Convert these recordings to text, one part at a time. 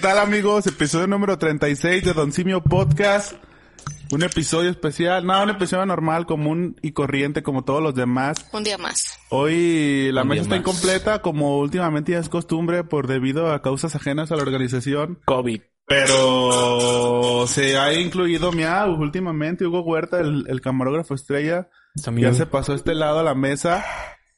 tal amigos? Episodio número 36 de Don Simio Podcast. Un episodio especial, no, un episodio normal, común y corriente como todos los demás. Un día más. Hoy la Un mesa día está más. incompleta como últimamente ya es costumbre por debido a causas ajenas a la organización. COVID. Pero se ha incluido Miau últimamente, Hugo Huerta, el, el camarógrafo estrella, ya se pasó a este lado a la mesa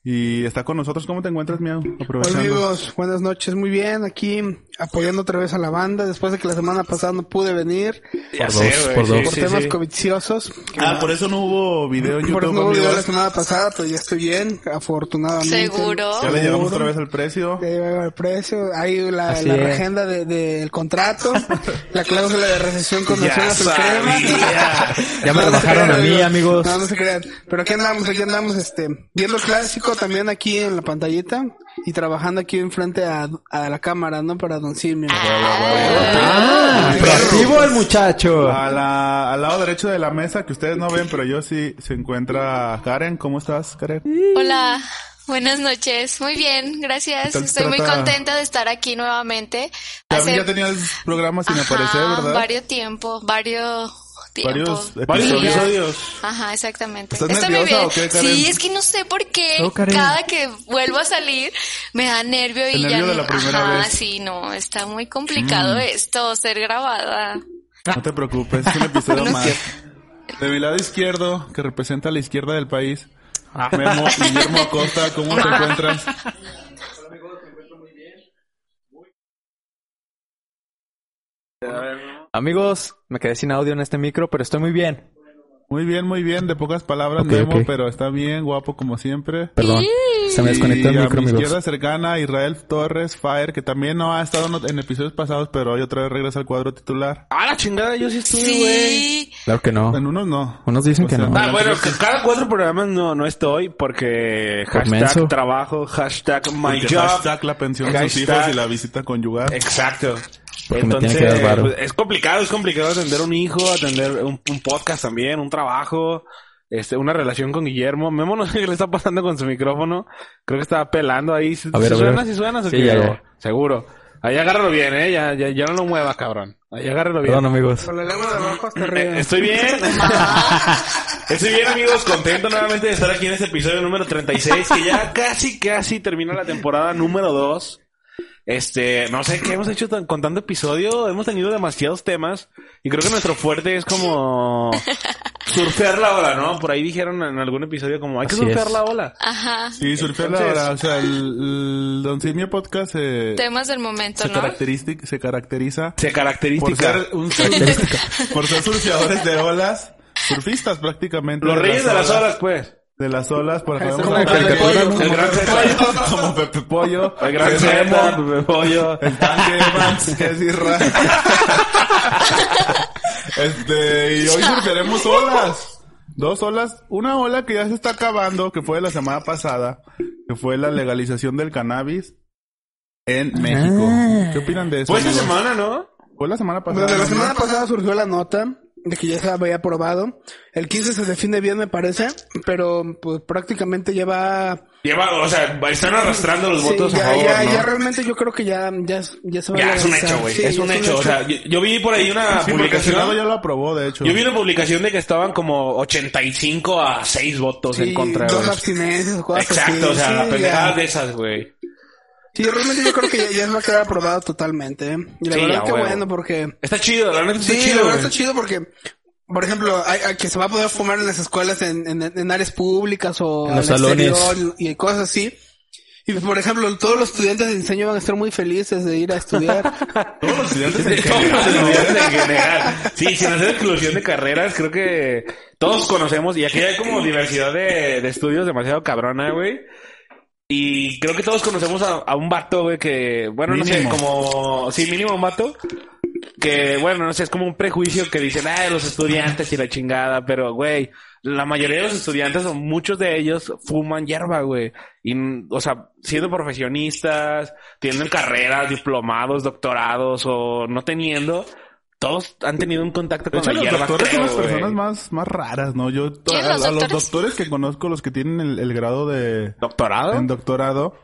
y está con nosotros. ¿Cómo te encuentras, Miau? Hola Aprovechando. amigos, buenas noches, muy bien, aquí apoyando otra vez a la banda, después de que la semana pasada no pude venir Ya Por sé, dos, güey, por sí, dos. por sí, temas sí. coviciosos. Ah, por eso no hubo video en Por YouTube, eso no hubo video la amigos. semana pasada, pero ya estoy bien, afortunadamente. Seguro. Ya le llevamos otra vez el precio. Ya llevaba el precio, hay la, Así la es. agenda del contrato, la cláusula de recesión con Ya opción a su crema. sabía. Ya me No, no se rebajaron a crean, mí, amigos. No, no se crean. Pero aquí andamos, aquí andamos, este, viendo el clásico también aquí en la pantallita y trabajando aquí enfrente a, a la cámara, ¿no? Para Don Simio. Ah, proactivo el muchacho. A la- al lado derecho de la mesa, que ustedes no ven, pero yo sí, se encuentra Karen. ¿Cómo estás, Karen? Hola, buenas noches. Muy bien, gracias. ¿Qué tal te Estoy muy trata? contenta de estar aquí nuevamente. Ya, Hace- ya tenías programas sin Ajá, aparecer, ¿verdad? Varios tiempo, varios tiempo. Varios Varios Episodios. episodios. Ajá, exactamente. ¿Estás Estoy muy nerviosa bien. o qué, Karen? Sí, es que no sé por qué No, Karen. cada que vuelvo a salir me da nervio y El ya nervio de no- la primera Ajá, vez. Mm. sí, no, está muy complicado esto, ser grabada. No te preocupes, es un episodio No es más. De mi lado izquierdo, que representa a la izquierda del país, Ah. Memo, Guillermo Acosta, ¿cómo te encuentras? Amigos, me quedé sin audio en este micro, pero estoy muy bien. Muy bien, muy bien, de pocas palabras, Ok, Memo, ok. pero está bien, guapo como siempre. Perdón, se me desconectó Y el a micro, mi amigos. izquierda cercana, Israel Torres Fire, que también no ha estado en- en episodios pasados, pero hoy otra vez regresa al cuadro titular. Ah, la chingada, yo sí estuve, güey. Sí, Claro que no. En unos no. Unos dicen O que sea, no. Ah, bueno, que cada cuatro programas no, no estoy porque hashtag Pues menso. trabajo, hashtag my Porque job. hashtag la pensión de sus hashtag- hijos y la visita conyugal. Exacto. Porque me tiene que dar varo. pues, es complicado, es complicado atender un hijo, atender un, un podcast también, un trabajo, este, una relación con Guillermo. Memo no sé qué le está pasando con su micrófono. Creo que estaba pelando ahí. ¿Si A ver, a ver. suena, si suena? Sí, ya, ya. Seguro. Ahí agárralo bien, eh. Ya, ya, ya no lo muevas, cabrón. Ahí agárralo bien. Perdón, amigos. Con la lengua de abajo hasta Eh, arriba. Estoy bien. Estoy bien, amigos. Contento nuevamente de estar aquí en este episodio número 36, que ya casi, casi termina la temporada número 2. Este, no sé qué hemos hecho tan- con tanto episodio. Hemos tenido demasiados temas. Y creo que nuestro fuerte es como surfear la ola, ¿no? Por ahí dijeron en algún episodio como hay que Así surfear es. la ola. ajá. Sí, surfear la Entonces- hora. O sea, el, el Don Simio Podcast eh, Temas del momento, se, ¿no? caracteristic- se caracteriza Se caracteriza. por ser, un, por ser surfeadores de olas, surfistas prácticamente. Los reyes de las olas. olas, pues. De las olas, por Es ejemplo. una caricatura, ¿no? El gran Como Pepe Pollo. El gran Pepe Zeta, Memo, Pepe Pollo. Pues El tanque Evans, que es Irra. Este, y hoy surfearemos olas. Dos olas. Una ola que ya se está acabando, que fue de la semana pasada, que fue la legalización del cannabis en México. Ah. ¿Qué opinan de eso? Fue esta amigos? semana, ¿no? Fue la semana pasada. Bueno, de la ¿no? semana pasada surgió la nota de que ya se había aprobado. El 15 se define bien, me parece, pero pues prácticamente ya va... Lleva, o sea, están arrastrando los Sí, votos ya, a favor, ya, ¿no? ya realmente yo creo que ya, ya, ya se va Ya, a es un legalizar. hecho, güey. Sí, es ya un hecho. O sea, yo, yo vi por ahí una Sí, porque el Senado publicación. ya lo aprobó, de hecho. Yo vi una publicación de que estaban como 85 a 6 votos en Sí, contra. dos güey. abstinencias o cosas así. Exacto, o sea, Sí, pendejadas ya. de esas, güey. Sí, realmente yo creo que ya, ya se va a quedar aprobado totalmente. ¿eh? Y la Sí, verdad a que huevo. bueno, porque... Está chido, la neta está Sí, chido. la verdad güey. está chido porque, por ejemplo, hay, hay que se va a poder fumar en las escuelas, en, en- en áreas públicas o En al los salones. exterior y cosas así. Y por ejemplo, todos los estudiantes de diseño van a estar muy felices de ir a estudiar. Todos los estudiantes en Todos general, ¿no? los estudiantes en general. Sí, sin hacer exclusión de carreras, creo que todos conocemos, y aquí hay como diversidad de, de estudios demasiado cabrona, güey. Y creo que todos conocemos a, a un vato, güey, que, bueno, no Mínimo. sé, como, sí, mínimo un vato, que, bueno, no sé, es como un prejuicio que dicen, ah, los estudiantes y la chingada, pero, güey, la mayoría de los estudiantes, o muchos de ellos, fuman hierba, güey. Y, o sea, siendo profesionistas, tienen carreras, diplomados, doctorados o no teniendo, todos han tenido un contacto De con hecho, la los hierba. doctores creo, son las güey. personas más, más raras, ¿no? Yo, a, ¿Quién, los a los doctores? doctores que conozco, los que tienen el, el grado de ¿Doctorado? en doctorado,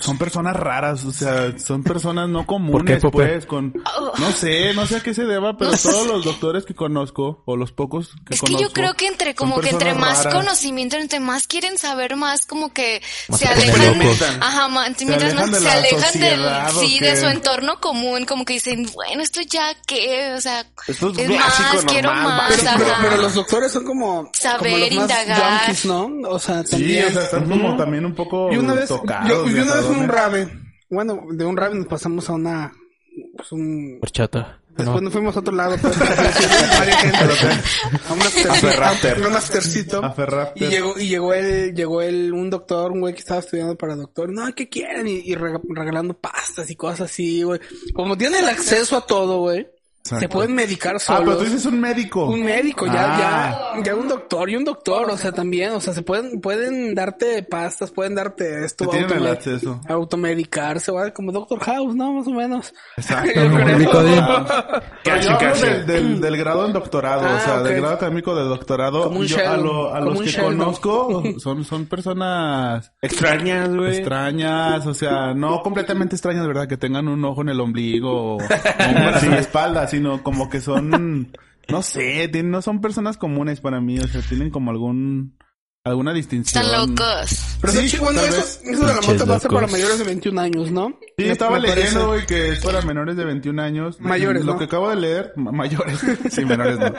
son personas raras, o sea, son personas no comunes, qué, Popper? pues, con, no sé, no sé a qué se deba, pero No sé. todos los doctores que conozco, o los pocos que Es que conozco. yo creo que entre son como que entre personas más raras. conocimiento, entre más quieren saber más, como que Más se se ponen alejan, locos. ajá, ma- mientras alejan más de se la alejan del, sociedad, ¿o sí, de qué? su entorno común, como que dicen, bueno, esto ya qué, o sea, Esto es más, básico, quiero normal, más, Pero, básico, pero, ajá. pero los doctores son como. como Saber, los más indagar. junkies, ¿no? O sea, Sí, también. o sea, están como también un poco Y una vez, tocados. yo, yo una vez fui a un viajadores. rave. Bueno, de un rave nos pasamos a una. Pues un. Horchata. Después nos fuimos a otro lado. Pero, varias gente, a un after- Ferrapter. a un aftercito. A Ferrapter. Y llegó, y llegó el, llegó el, un doctor, un güey que estaba estudiando para doctor. No, ¿qué quieren? Y, y rega- regalando pastas y cosas así, güey. Como tienen el acceso a todo, güey. Se pueden medicar Ah, pero solos. tú dices un médico. Un médico, ya, Ah. ya, ya un doctor y un doctor, o sea, también, o sea, se pueden, pueden darte pastas, pueden darte esto, Te tienen el autome- acceso. automedicarse, ¿vale? como Doctor House, ¿no? Más o menos. Exacto. Yo como creo. médico de- Pero Casi, yo hablo casi. Del, del, del grado en doctorado, Ah, o sea, ok. del grado académico de doctorado. Como un yo a, Sheldon, lo- a como los un que Sheldon. conozco son, son personas Extrañas, güey. extrañas, o sea, no completamente extrañas, ¿verdad? Que tengan un ojo en el ombligo o un brazo en la espalda, sino como que son, no sé, tienen- no son personas comunes para mí, o sea, tienen como algún, alguna distinción. están locos. Pero Sí, sí, bueno, tal eso, vez. eso de la Pinches moto va a ser locos. para mayores de 21 años, ¿no? Sí, Me- estaba me parece. leyendo, güey, que es para menores de 21 años. Mayores, Lo ¿no? que acabo de leer, ma- mayores. Sí, menores no.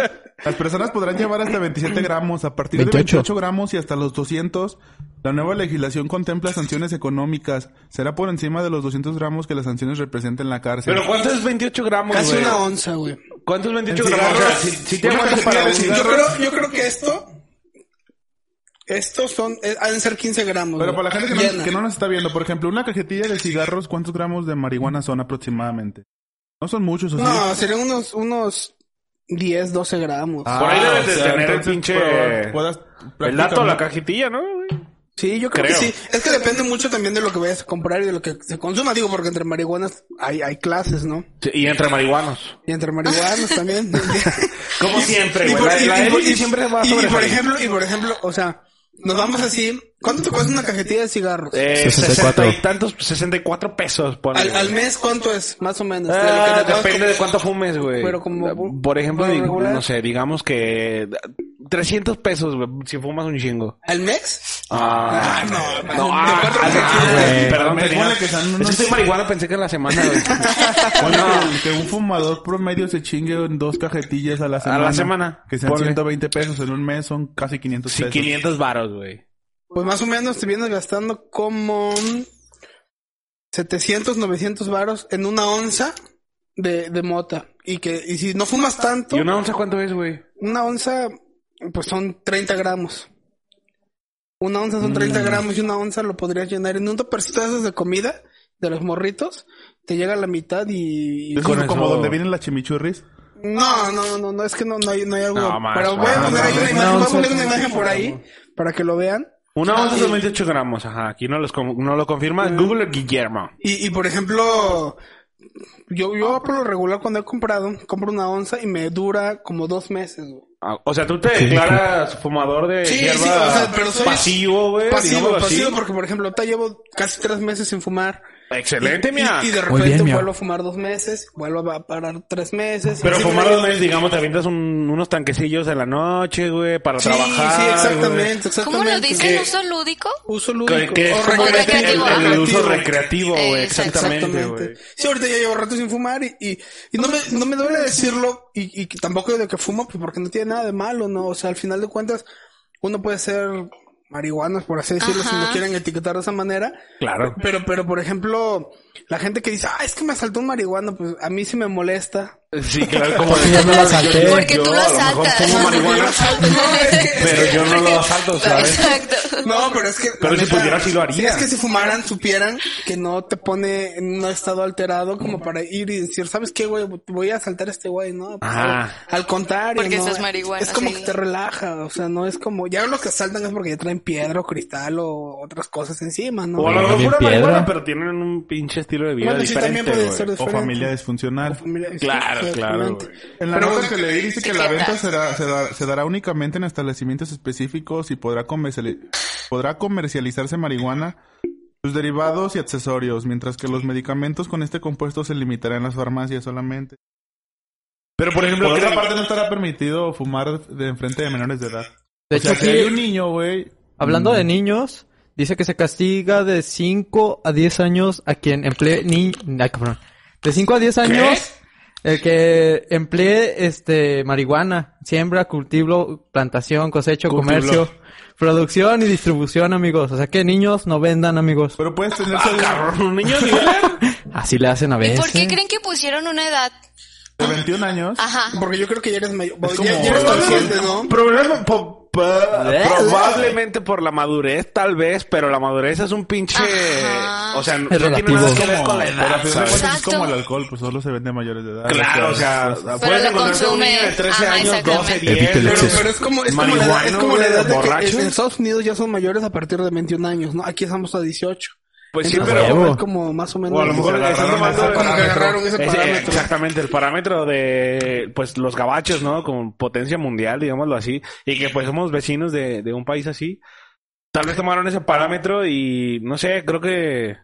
Las personas podrán llevar hasta 27 gramos, a partir 28. de 28 gramos y hasta los 200. La nueva legislación contempla sanciones económicas. Será por encima de los 200 gramos que las sanciones representen la cárcel. Pero ¿cuánto es 28 gramos, güey? Casi una onza, güey. ¿Cuánto es 28 En gramos? O sea, cigarros, si, si te una aguantas cajetilla para de un cigarros. Yo cigarro- creo, yo creo que esto, estos son, eh, han de ser 15 gramos. Pero güey. para la gente que Llena. no, que no nos está viendo, por ejemplo, una cajetilla de cigarros, ¿cuántos gramos de marihuana son aproximadamente? No son muchos, ¿o sí? No, serían unos, unos 10, 12 gramos. Ah, Por ahí debes o de sea, tener el entonces pinche- puedas- puedas El dato de prácticamente- la cajetilla, ¿no? güey? Sí, yo creo, Creo. que sí. Es que depende mucho también de lo que vayas a comprar y de lo que se consuma. Digo, porque entre marihuanas hay, hay clases, ¿no? Sí, Y entre marihuanos. Y entre marihuanas también. Como siempre, y, güey. por, La, y- la y por- élite y- siempre va y sobre por ejemplo, y por ejemplo, o sea, nos vamos así. ¿Cuánto te cuesta una cajetilla de cigarros? eh, 64. 60 y tantos, 64 pesos, ponle. al, al mes, ¿cuánto es? Más o menos. Ah, De lo que te acabas depende de- de cuánto fumes, güey. Pero como- Por ejemplo, como dig- regular. no sé, digamos que 300 pesos, güey, si fumas un chingo. ¿Al mes? Ah, no, no, de ah, cuatro ah, cajetillas. güey, Perdón, Ponle tenía- que sean Es unos- que estoy marihuana, pensé que en la semana, güey. Ponle que, que un fumador promedio se chingue en dos cajetillas a la semana. la semana. Que sean Ponle. 120 pesos en un mes, son casi 500 Sí, pesos. 500 varos, güey. Pues más o menos te vienes gastando como 700, 900 varos en una onza de, de mota. Y que, y si no fumas tanto, ¿Y una onza cuánto es, güey? Una onza, pues son 30 gramos. Una onza son 30 Mm. gramos y una onza lo podrías llenar en un topercito de esos de comida, de los morritos. Te llega a la mitad y... y- Eso Con es como eso- donde vienen las chimichurris. No, no, no, no, es que no, no hay, no hay algo. No, más, Pero voy a más, poner ahí una más. imagen, Una voy a poner onza una son imagen por 30 ahí para que lo vean. Una onza y- son 28 gramos, ajá. Aquí no, los com- no lo confirma Google Guillermo. Y, y por ejemplo, yo, yo por lo regular cuando he comprado, compro una onza y me dura como dos meses, güey. Ah, O sea, tú te declaras fumador de Sí, hierba sí, o sea, pero soy- pasivo, güey. Pasivo, digámoslo así. pasivo, porque por ejemplo, ahorita llevo casi tres meses sin fumar. Excelente, mía. Y, y de Muy repente bien, mia. vuelvo a fumar dos meses, vuelvo a parar tres meses. Pero y así fumar me- dos meses, digamos, te avientas un- unos tanquecillos en la noche, güey, para Sí, trabajar. sí, güey. exactamente, exactamente. ¿Cómo lo dicen? Que- ¿Uso lúdico? Uso Que, lúdico. que es o como el- recreativo, el, el uso recreativo. recreativo, güey. Eh, Exactamente, güey. Sí, ahorita ya llevo rato sin fumar y, y, y no, me, no me duele decirlo y, y que tampoco de que fumo, pues porque no tiene nada de malo, ¿no? O sea, al final de cuentas, uno puede ser marihuanos, por así decirlo, si Ajá. lo quieren etiquetar de esa manera. Claro. Pero, pero, por ejemplo, la gente que dice, ah, es que me asaltó un marihuano, pues a mí sí me molesta. Sí, claro, como de- Yo no la salté. Porque tú lo Eh, a mejor asaltas. fumo marihuana, pero yo no lo asalto, ¿sabes? Exacto. No, pero es que. Pero la si pudiera, sí lo haría. sí, es que si fumaran, supieran que no te pone en un estado alterado como para ir y decir, ¿sabes qué, güey? Voy a saltar a este güey, ¿no? Pues, Ah. Al contrario. Porque ¿no? estás marihuana, Es como sí. que te relaja, o sea, no es como. Ya los que saltan es porque ya traen piedra o cristal o otras cosas encima, ¿no? O a lo Bien mejor una piedra. marihuana, pero tienen un pinche estilo de vida Bueno, sí, diferente, también puede güey. ser O diferente. familia disfuncional. Familia, sí, Claro, sí, claro, exactamente. güey. En la Pero nota bueno, que leí dice que la etiqueta. venta será, se, da- se dará únicamente en establecimientos específicos y podrá, comerciali- podrá comercializarse marihuana sus derivados y accesorios, mientras que los medicamentos con este compuesto se limitarán en las farmacias solamente. Pero, por ejemplo, Por por otra otra- parte no estará permitido fumar de enfrente de menores de edad. De O sea, hecho, si hay aquí, un niño, güey. hablando de niños, dice que se castiga de 5 a 10 años a quien emplee ni... ay, cabrón. De 5 a 10 años el que emplee este marihuana, siembra, cultivo, plantación, cosecho, Cultivo. comercio, producción y distribución, amigos. O sea que niños no vendan, amigos. Pero puedes tener celular Cabrón, un niño nivel. Así le hacen a ¿Y veces. por qué creen que pusieron una edad? de 21 años. Ajá. Porque yo creo que ya eres mayor. Es ya, como- ya eres consciente, ¿no? Problema- po- pa- Eh, probablemente por la madurez, tal vez, pero la madurez es un pinche. Ajá. O sea, no Es tiene relativo. nada que Como- ver con la pero a edad. fin de ¿sabes? cuentas es Exacto. como el alcohol, pues solo se vende a mayores de edad. pues, Claro, o sea, puedes lo encontrarte un niño de consume. 13 Ajá, años, 12, exactamente. 10. Pero, pero- pero es como, es como la edad, es Marihuano, como la güey, edad de que eh, borracho. en Estados Unidos ya son mayores a partir de 21 años, ¿no? Aquí estamos a 18. Pues sí, Entonces, pero. huevo. es como más o menos. O a lo mejor Como están agarraron tomando ese el que parámetro. agarraron ese Ese- parámetro. eh, Exactamente, el parámetro de pues los gabachos, ¿no? Con potencia mundial, digámoslo así, y que pues somos vecinos de, de un país así. Tal vez tomaron ese parámetro y no sé, creo que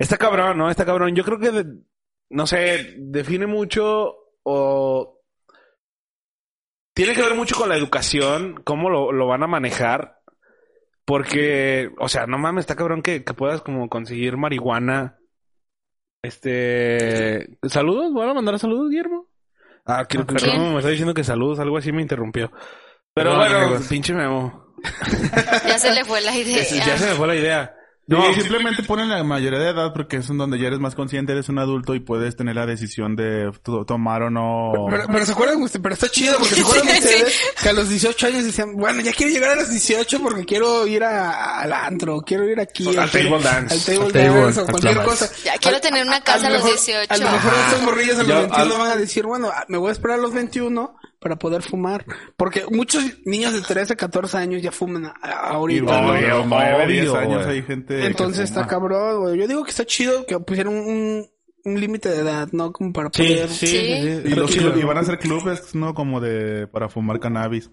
está cabrón, ¿no? Está cabrón. Yo creo que de- no sé, define mucho o tiene que ver mucho con la educación, cómo lo, lo van a manejar. Porque, o sea, no mames, está cabrón que, que puedas como conseguir marihuana. Este. ¿Saludos? ¿Van a mandar saludos, Guillermo? Ah, que, perdón, ¿Quién? me está diciendo que saludos, algo así me interrumpió. Pero No, bueno, amigos. pinche memo. Ya se le fue la idea. Ya, ya se me fue la idea. No, No, simplemente ponen la mayoría de edad porque es en donde ya eres más consciente, eres un adulto y puedes tener la decisión de to- tomar o no. Pero, pero se acuerdan, ustedes- pero está chido porque se acuerdan Sí, ustedes que a los 18 años decían, bueno, ya quiero llegar a los 18 porque quiero ir a, al antro, quiero ir aquí. Al quiero- table dance. Al table, Al table, dance o al cualquier club cosa. Ya quiero tener una casa a lo los mejor- 18. A lo mejor Ajá. estos morrillos a los Yo- 21 al- van a decir, bueno, a- me voy a esperar a los 21 para poder fumar. Porque muchos niños de 13, 14 años ya fuman a- a- ahorita. Obvio, ¿no? Nueve, nueve, diez obvio, años güey. hay gente. que Entonces fuma. está cabrón, güey. Yo digo que está chido que pusieron un, un límite de edad, ¿no? Como para sí, poder... sí, Sí. sí, sí. Y, los, Tranquilo. y van a hacer clubes, ¿no? Como de, para fumar cannabis.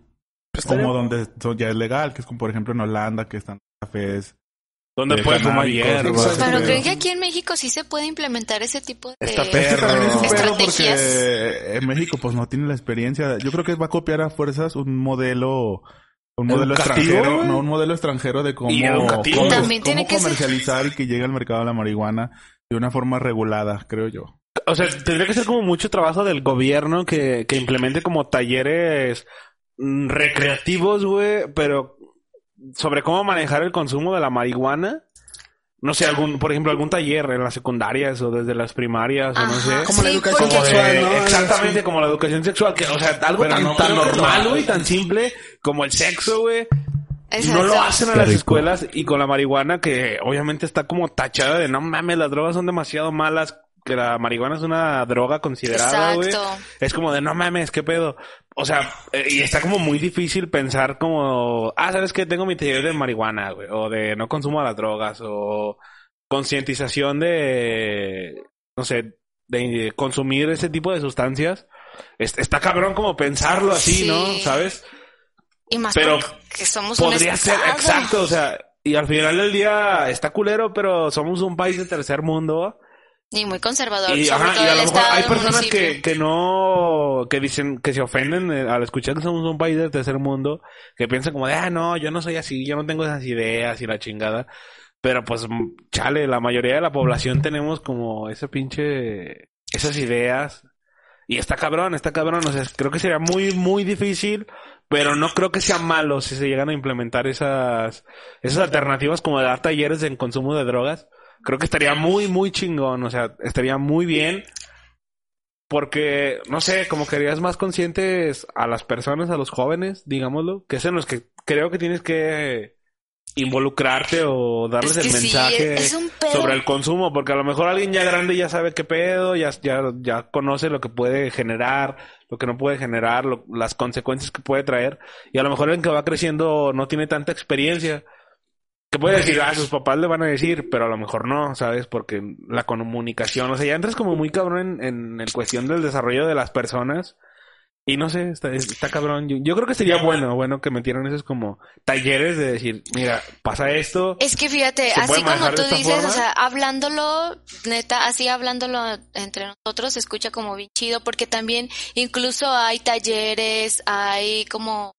estaría- como donde eso ya es legal, que es como por ejemplo en Holanda, que están cafés. Donde de puedes fumar canábicos, hierba. exacto. Pero Pero- creen que aquí en México sí se puede implementar ese tipo de. Este Está Es que Este también es un pedo Estrategias. porque en México pues no tiene la experiencia. Yo creo que va a copiar a fuerzas un modelo, un modelo Educativo, extranjero, güey. no un modelo extranjero de cómo, Y educativo. cómo- También cómo tiene que ser- comercializar y que llegue al mercado la marihuana de una forma regulada, creo yo. O sea, tendría que ser como mucho trabajo del gobierno que, que implemente como talleres mm, recreativos, güey, pero sobre cómo manejar el consumo de la marihuana. No sé, algún, por ejemplo, algún taller en las secundarias o desde las primarias o no Ajá, sé. Como la sí, educación porque- Como de- sexual, ¿no? Exactamente, como la educación sexual, que, o sea, algo Pero tan, no tan creo que lo normal, hagan. güey, tan simple como el sexo, güey. Exacto. No lo hacen en Qué las rico. escuelas y con la marihuana que obviamente está como tachada de no mames, las drogas son demasiado malas, que la marihuana es una droga considerada, güey. Exacto. Es como de no mames, qué pedo. O sea, eh, y está como muy difícil pensar como, ah, sabes que tengo mi taller de marihuana, güey, o de no consumo de las drogas, o concientización de, no sé, de consumir ese tipo de sustancias. Es- Está cabrón como pensarlo así, ¿no? Sí. ¿Sabes? Y más Pero porque somos un podría ser estado. exacto, o sea, y al final del día está culero, pero somos un país de tercer mundo Y muy conservador. y, sobre ajá, todo y a el lo mejor estado, hay el personas municipio. que, que no, que dicen, que se ofenden eh, al escuchar que somos un país de tercer mundo, que piensan como de, ah, no, yo no soy así, yo no tengo esas ideas y la chingada. Pero pues, mm, chale, la mayoría de la población tenemos como ese pinche, esas ideas. Y está cabrón, está cabrón. O sea, creo que sería muy, muy difícil, pero no creo que sea malo si se llegan a implementar esas, esas alternativas como dar talleres en consumo de drogas. Creo que estaría muy, muy chingón. O sea, estaría muy bien. Porque, no sé, como que harías más conscientes a las personas, a los jóvenes, digámoslo, que es en los que creo que tienes que involucrarte o darles Es que el sí, mensaje es un pedo. sobre el consumo, porque a lo mejor alguien ya grande ya sabe qué pedo, ya, ya, ya conoce lo que puede generar, lo que no puede generar, lo- las consecuencias que puede traer, y a lo mejor el que va creciendo no tiene tanta experiencia. Que puede decir, ah, sus papás le van a decir, pero a lo mejor no, ¿sabes? Porque la comunicación, o sea, ya entras como muy cabrón en, en, en cuestión del desarrollo de las personas Y no sé, está, está cabrón. Yo, yo creo que sería bueno, bueno que metieran esos como talleres de decir, mira, pasa esto. Es que fíjate, ¿Se así puede como manejar de tú esta dices, forma? o sea, hablándolo, neta, así hablándolo entre nosotros, se escucha como bien chido, porque también incluso hay talleres, hay como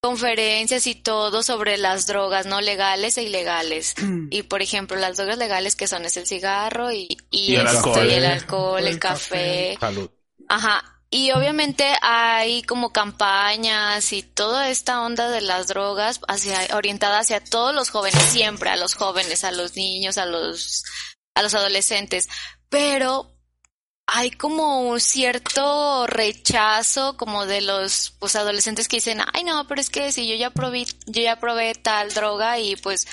conferencias y todo sobre las drogas no legales e ilegales. Mm. Y por ejemplo, las drogas legales que son es el cigarro y, y Y el esto, alcohol. y el alcohol, el, El café. café. Salud. Ajá. Y obviamente hay como campañas y toda esta onda de las drogas hacia, orientada hacia todos los jóvenes, siempre a los jóvenes, a los niños, a los, a los adolescentes. Pero hay como un cierto rechazo como de los pues adolescentes que dicen, ay no, pero es que si yo ya probé, yo ya probé tal droga y pues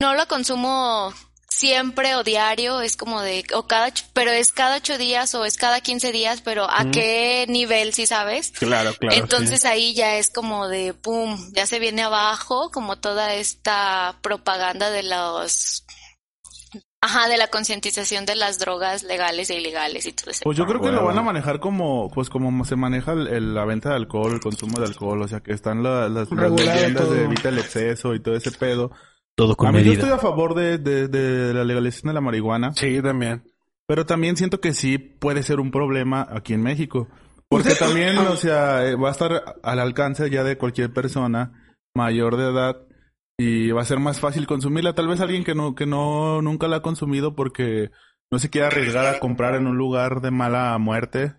no la consumo siempre o diario, es como de, o cada, ocho- pero es cada ocho días o es cada quince días, pero a qué nivel, si sabes. Claro, claro. Entonces ahí ya es como de, pum, ya se viene abajo como toda esta propaganda de los, ajá, de la concientización de las drogas legales e ilegales y todo eso. Pues yo Ah, creo que huevo. lo van a manejar como, pues como se maneja el- el- la venta de alcohol, el consumo de alcohol, o sea que están la- las, las Regulado leyendas todo. de evita el exceso y todo ese pedo. Todo con a mí yo medida. estoy a favor de, de, de la legalización de la marihuana, Sí, yo también. pero también siento que sí puede ser un problema aquí en México. Porque también, o sea, eh, va a estar al alcance ya de cualquier persona mayor de edad y va a ser más fácil consumirla. Tal vez alguien que no, que no, nunca la ha consumido porque no se quiere arriesgar a comprar en un lugar de mala muerte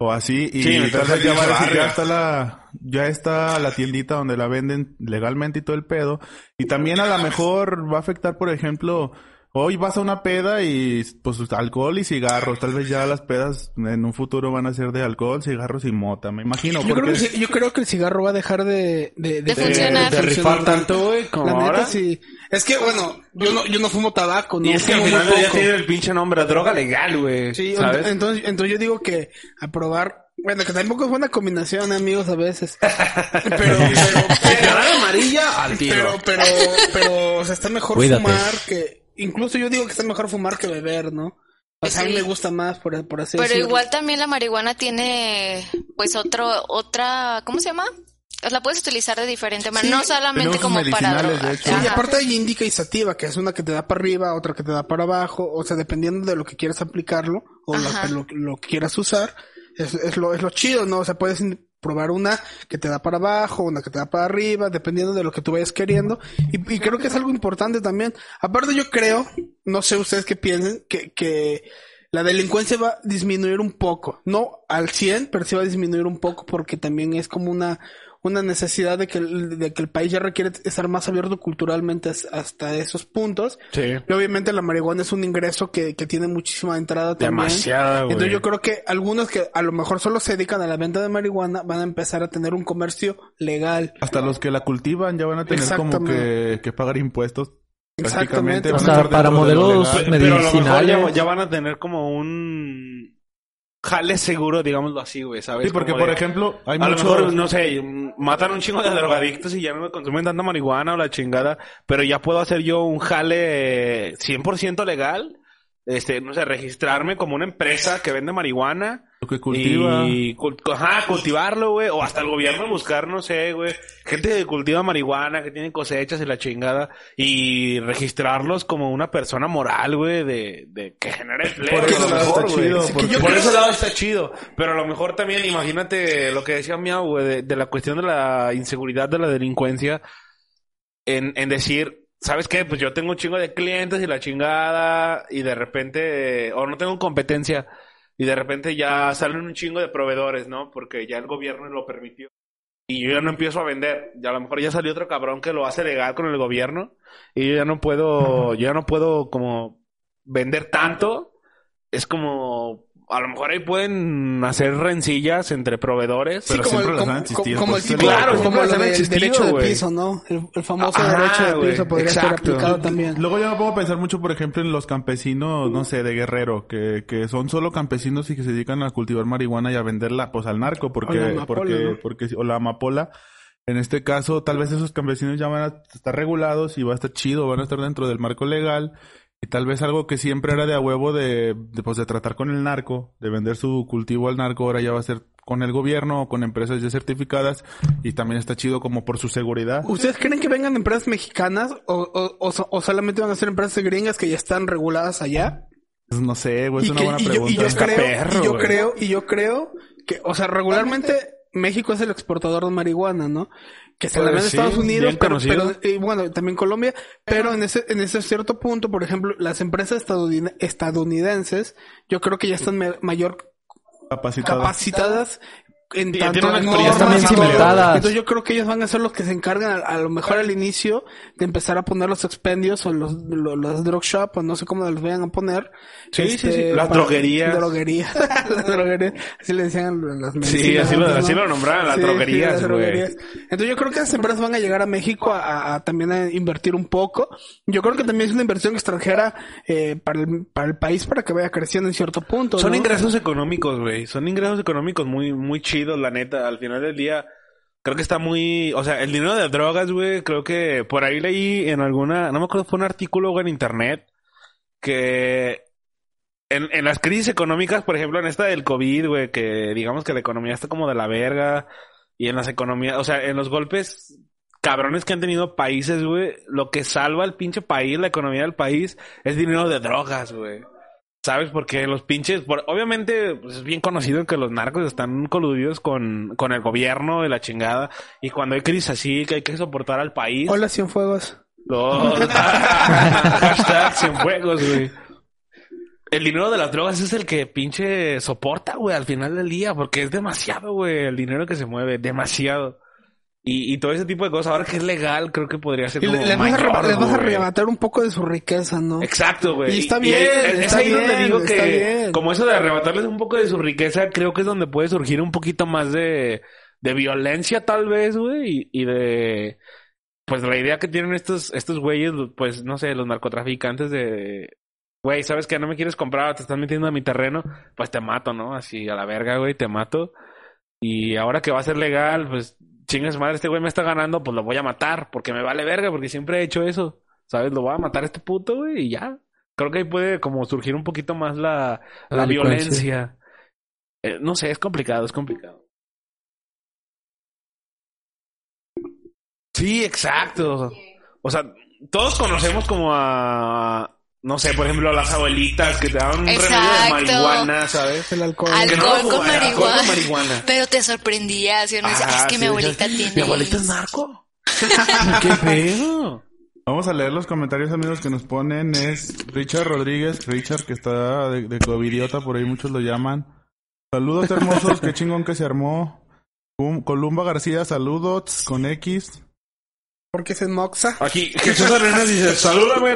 o así. Y Sí, tal entonces vez ya ya va a se decir, ya arriesga. está la, ya está la tiendita donde la venden legalmente y todo el pedo. Y también a lo mejor va a afectar, por ejemplo, hoy vas a una peda y pues alcohol y cigarros. Tal vez ya las pedas en un futuro van a ser de alcohol, cigarros y mota. Me imagino. Yo creo, porque- que, sí- yo creo que el cigarro va a dejar de... De, De funcionar. De rifar tanto, güey, como La neta, ahora. sí. Es que, bueno, yo no, yo no fumo tabaco, no Y es que al fumo final muy ya poco. tiene el pinche nombre, droga legal, güey. Sí, ¿sabes? ent- entonces, entonces yo digo que a probar... Bueno, que tampoco es buena combinación, amigos, a veces. Pero, pero, pero, Ensalada amarilla al tiro. pero, pero, pero, o sea, está mejor Cuídate. fumar que... Incluso yo digo que está mejor fumar que beber, ¿no? O sea, a mí Sí. me gusta más, por, por así Pero decirlo. igual también la marihuana tiene, pues, otro, otra, ¿cómo se llama? Pues La puedes utilizar de diferente manera, no solamente tenemos como para medicinales, de drogas. hecho. Sí, y Ajá. aparte hay indica y sativa, que es una que te da para arriba, otra que te da para abajo, o sea, dependiendo de lo que quieras aplicarlo o Ajá. la- lo, lo que quieras usar, es, es lo, es lo chido, ¿no? O sea, puedes in- probar una que te da para abajo, una que te da para arriba, dependiendo de lo que tú vayas queriendo. Y, y creo que es algo importante también. Aparte yo creo, no sé ustedes qué piensen, que, que la delincuencia va a disminuir un poco, no al 100, pero sí va a disminuir un poco porque también es como una, una necesidad de que, el, de que el país ya requiere estar más abierto culturalmente as- hasta esos puntos. Sí. Y obviamente la marihuana es un ingreso que, que tiene muchísima entrada también. Demasiada, güey. Entonces yo creo que algunos que a lo mejor solo se dedican a la venta de marihuana van a empezar a tener un comercio legal. Hasta los que la cultivan ya van a tener como Exactamente. que, que pagar impuestos. Prácticamente Exactamente. O van a sea, estar para dentro de lo modelos legal. Pe- Pero a lo mejor ya, medicinales. ya van a tener como un jale seguro, digámoslo así, güey, ¿sabes? Sí, porque Pues, Como por de- ejemplo, hay a lo muchos- mejor, no sé, mm, matan un chingo de drogadictos y ya no consumen tanta marihuana o la chingada, pero ya puedo hacer yo un jale eh, 100% legal, este, no sé, registrarme como una empresa que vende marihuana. lo que cultiva. Y cult- ajá, cultivarlo, güey. O hasta el gobierno buscar, no sé, güey. Gente que cultiva marihuana, que tiene cosechas y la chingada. Y registrarlos como una persona moral, güey, de, de que genera empleo. Por a eso lo lado mejor, está güey. chido, Sí, que porque- yo Por ese lado está chido. Pero a lo mejor también, imagínate lo que decía Miau, güey, de, de la cuestión de la inseguridad, de la delincuencia. En, en decir, ¿sabes qué? Pues yo tengo un chingo de clientes y la chingada. Y de repente, o no tengo competencia. Y de repente ya salen un chingo de proveedores, ¿no? Porque ya el gobierno lo permitió. Y yo ya no empiezo a vender. Y a lo mejor ya salió otro cabrón que lo hace legal con el gobierno. Y yo ya no puedo, yo ya no puedo como vender tanto. Es como, a lo mejor ahí pueden hacer rencillas entre proveedores. Pero como siempre el, las como, han existido, como el pues, tipo, claro, siempre como las lo han del existido, derecho de güey. piso, ¿no? El, el famoso Ajá, derecho de güey, piso podría ser exacto. aplicado también. Luego yo me pongo a pensar mucho, por ejemplo, en los campesinos, no sé, de Guerrero, que, que son solo campesinos y que se dedican a cultivar marihuana y a venderla, pues al narco, porque, O la amapola, porque, ¿no? porque, o la amapola. En este caso, tal vez esos campesinos ya van a estar regulados y va a estar chido, van a estar dentro del marco legal Y tal vez algo que siempre era de a huevo de, de, pues, de tratar con el narco, de vender su cultivo al narco, ahora ya va a ser con el gobierno o con empresas ya certificadas y también está chido como por su seguridad. ¿Ustedes creen que vengan empresas mexicanas o, o- o so- o solamente van a ser empresas gringas que ya están reguladas allá? Pues, No sé, Pues güey, es una que- buena y yo, pregunta. y yo Está creo, perro, y yo güey. creo, y yo creo que, o sea, regularmente México es el exportador de marihuana, ¿no? Que se la Pues vende a sí, Estados Unidos, bien pero, conocido. pero- y bueno, también Colombia, pero en ese, en ese cierto punto, por ejemplo, las empresas estadounid- estadounidenses, yo creo que ya están me- mayor Capacitado. capacitadas en Sí, tanto tienen una en experiencia más normas y todo. cimentadas. Entonces yo creo que ellos van a ser los que se encargan a, a lo mejor al inicio de empezar a poner los expendios o los, lo- las drug shop o no sé cómo los vayan a poner. Este, Sí, sí, sí. Las droguerías. Droguerías. las droguerías. Así le decían las medicinas. Sí, así lo, antes, ¿no? así lo nombraban, las Sí, sí, droguerías, las güey. droguerías. Entonces yo creo que las empresas van a llegar a México a, a- a también a invertir un poco. Yo creo que también es una inversión extranjera eh, para, el, para el país para que vaya creciendo en cierto punto. Son ¿no? ingresos económicos, güey. Son ingresos económicos muy, muy chidos, la neta. Al final del día, creo que está muy. O sea, el dinero de drogas, güey, creo que por ahí leí en alguna. No me acuerdo, fue un artículo, güey, en internet. Que. En, en las crisis económicas, por ejemplo, en esta del COVID, güey, que digamos que la economía está como de la verga. Y en las economías, o sea, en los golpes cabrones que han tenido países, güey, lo que salva al pinche país, la economía del país, es dinero de drogas, güey. ¿Sabes? Porque los pinches, por- obviamente pues, es bien conocido que los narcos están coludidos con, con el gobierno de la chingada. Y cuando hay crisis así, que hay que soportar al país. Hola, Cienfuegos. Los... Hashtag Cienfuegos, güey. El dinero de las drogas es el que pinche soporta, güey, al final del día, porque es demasiado, güey, el dinero que se mueve, demasiado. Y, y todo ese tipo de cosas, ahora que es legal, creo que podría ser Y Este, como le- les, vas a, mayor, arreba- les vas a güey. arrebatar un poco de su riqueza, ¿no? Exacto, güey. Y está bien, ahí- es, está ahí donde bien, digo está que, bien. como eso de arrebatarles un poco de su riqueza, creo que es donde puede surgir un poquito más de, de violencia, tal vez, güey, y, y de. Pues la idea que tienen estos, estos güeyes, pues no sé, los narcotraficantes de. Güey, ¿sabes que No me quieres comprar, te están metiendo a mi terreno, pues te mato, ¿no? Así a la verga, güey, te mato. Y ahora que va a ser legal, pues chingas madre, este güey me está ganando, pues lo voy a matar, porque me vale verga, porque siempre he hecho eso. ¿Sabes? Lo voy a matar a este puto, güey, y ya. Creo que ahí puede como surgir un poquito más la, La la delincuencia. violencia. Eh, no sé, es complicado, es complicado. Sí, exacto. O sea, todos conocemos como a, no sé, por ejemplo, a las abuelitas que te dan un Exacto. remedio de marihuana, ¿sabes? El alcohol. Al- Que no, Alcohol con güey, alcohol marihuana. con marihuana. Pero te sorprendía, ¿sí? o no? Decía, Ajá, es que Ah, sí, mi abuelita decías, tiene... Mi abuelita es narco. ¿Qué pedo? Vamos a leer los comentarios, amigos, que nos ponen. Es Richard Rodríguez, Richard, que está de, de covidiota, por ahí muchos lo llaman. Saludos, hermosos, qué chingón que se armó. Um, Columba García, saludos, con X. Porque se moxa. Aquí Jesús Arenas dice, salúdame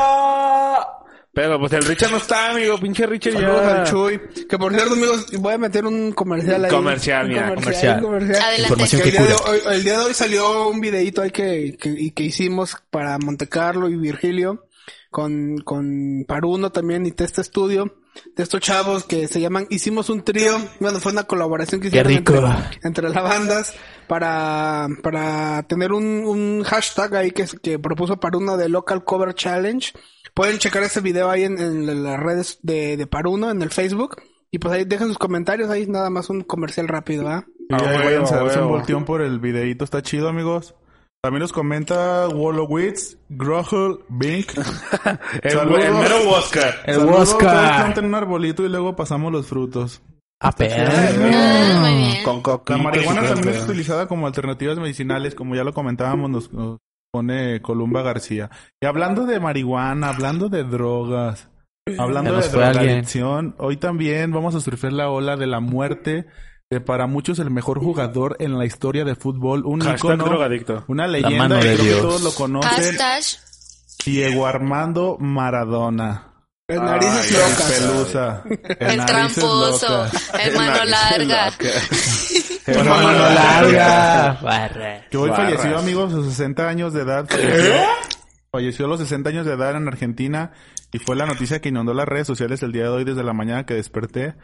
Richard. Pero pues el Richard no está, amigo. Pinche Richard Saludos ya. al Chuy. Que por cierto, amigos, voy a meter un comercial ahí. Comercial, Un mira, comercial. comercial. Adelante. Que el, día de hoy, el día de hoy salió un videito ahí que, que, y que hicimos para Montecarlo y Virgilio. Con, con Paruno también y Testa Estudio. De estos chavos que se llaman... Hicimos un trío. Bueno, fue una colaboración que hicieron rico. Entre, entre las bandas. Para, para tener un, un hashtag ahí que, que propuso Paruno de Local Cover Challenge. Pueden checar ese video ahí en, en las redes de, de Paruno, en el Facebook. Y pues ahí dejen sus comentarios, ahí nada más un comercial rápido, ¿ah? Y Ah, ahí huevo, váyanse a darse un huevo. volteón por el videito, está chido, amigos. También nos comenta Wolowitz, Grohl, Bink. El, Saludos. el mero Oscar. El Saludos, todos Huasca. planten un arbolito y luego pasamos los frutos. A perro. Ah, muy bien. Con coca. La marihuana pues, también es utilizada como alternativas medicinales, como ya lo comentábamos, nos, nos pone Columba García. Y hablando de marihuana, hablando de drogas, hablando Ya de nos fue alguien. drogadicción, hoy también vamos a surfear la ola de la muerte de para muchos el mejor jugador en la historia de fútbol, un Hashtag ícono, drogadicto. una leyenda mano que de creo que Dios. todos lo conocen, Hashtag Diego Armando Maradona. Las narices Ay, locas. el pelo. Pelusa. el narices tramposo, locas. el mano larga. Mano larga. Barra. Que hoy Barras. falleció, amigos, a sus 60 años de edad. Falleció, falleció a los 60 años de edad en Argentina y fue la noticia que inundó las redes sociales el día de hoy desde la mañana que desperté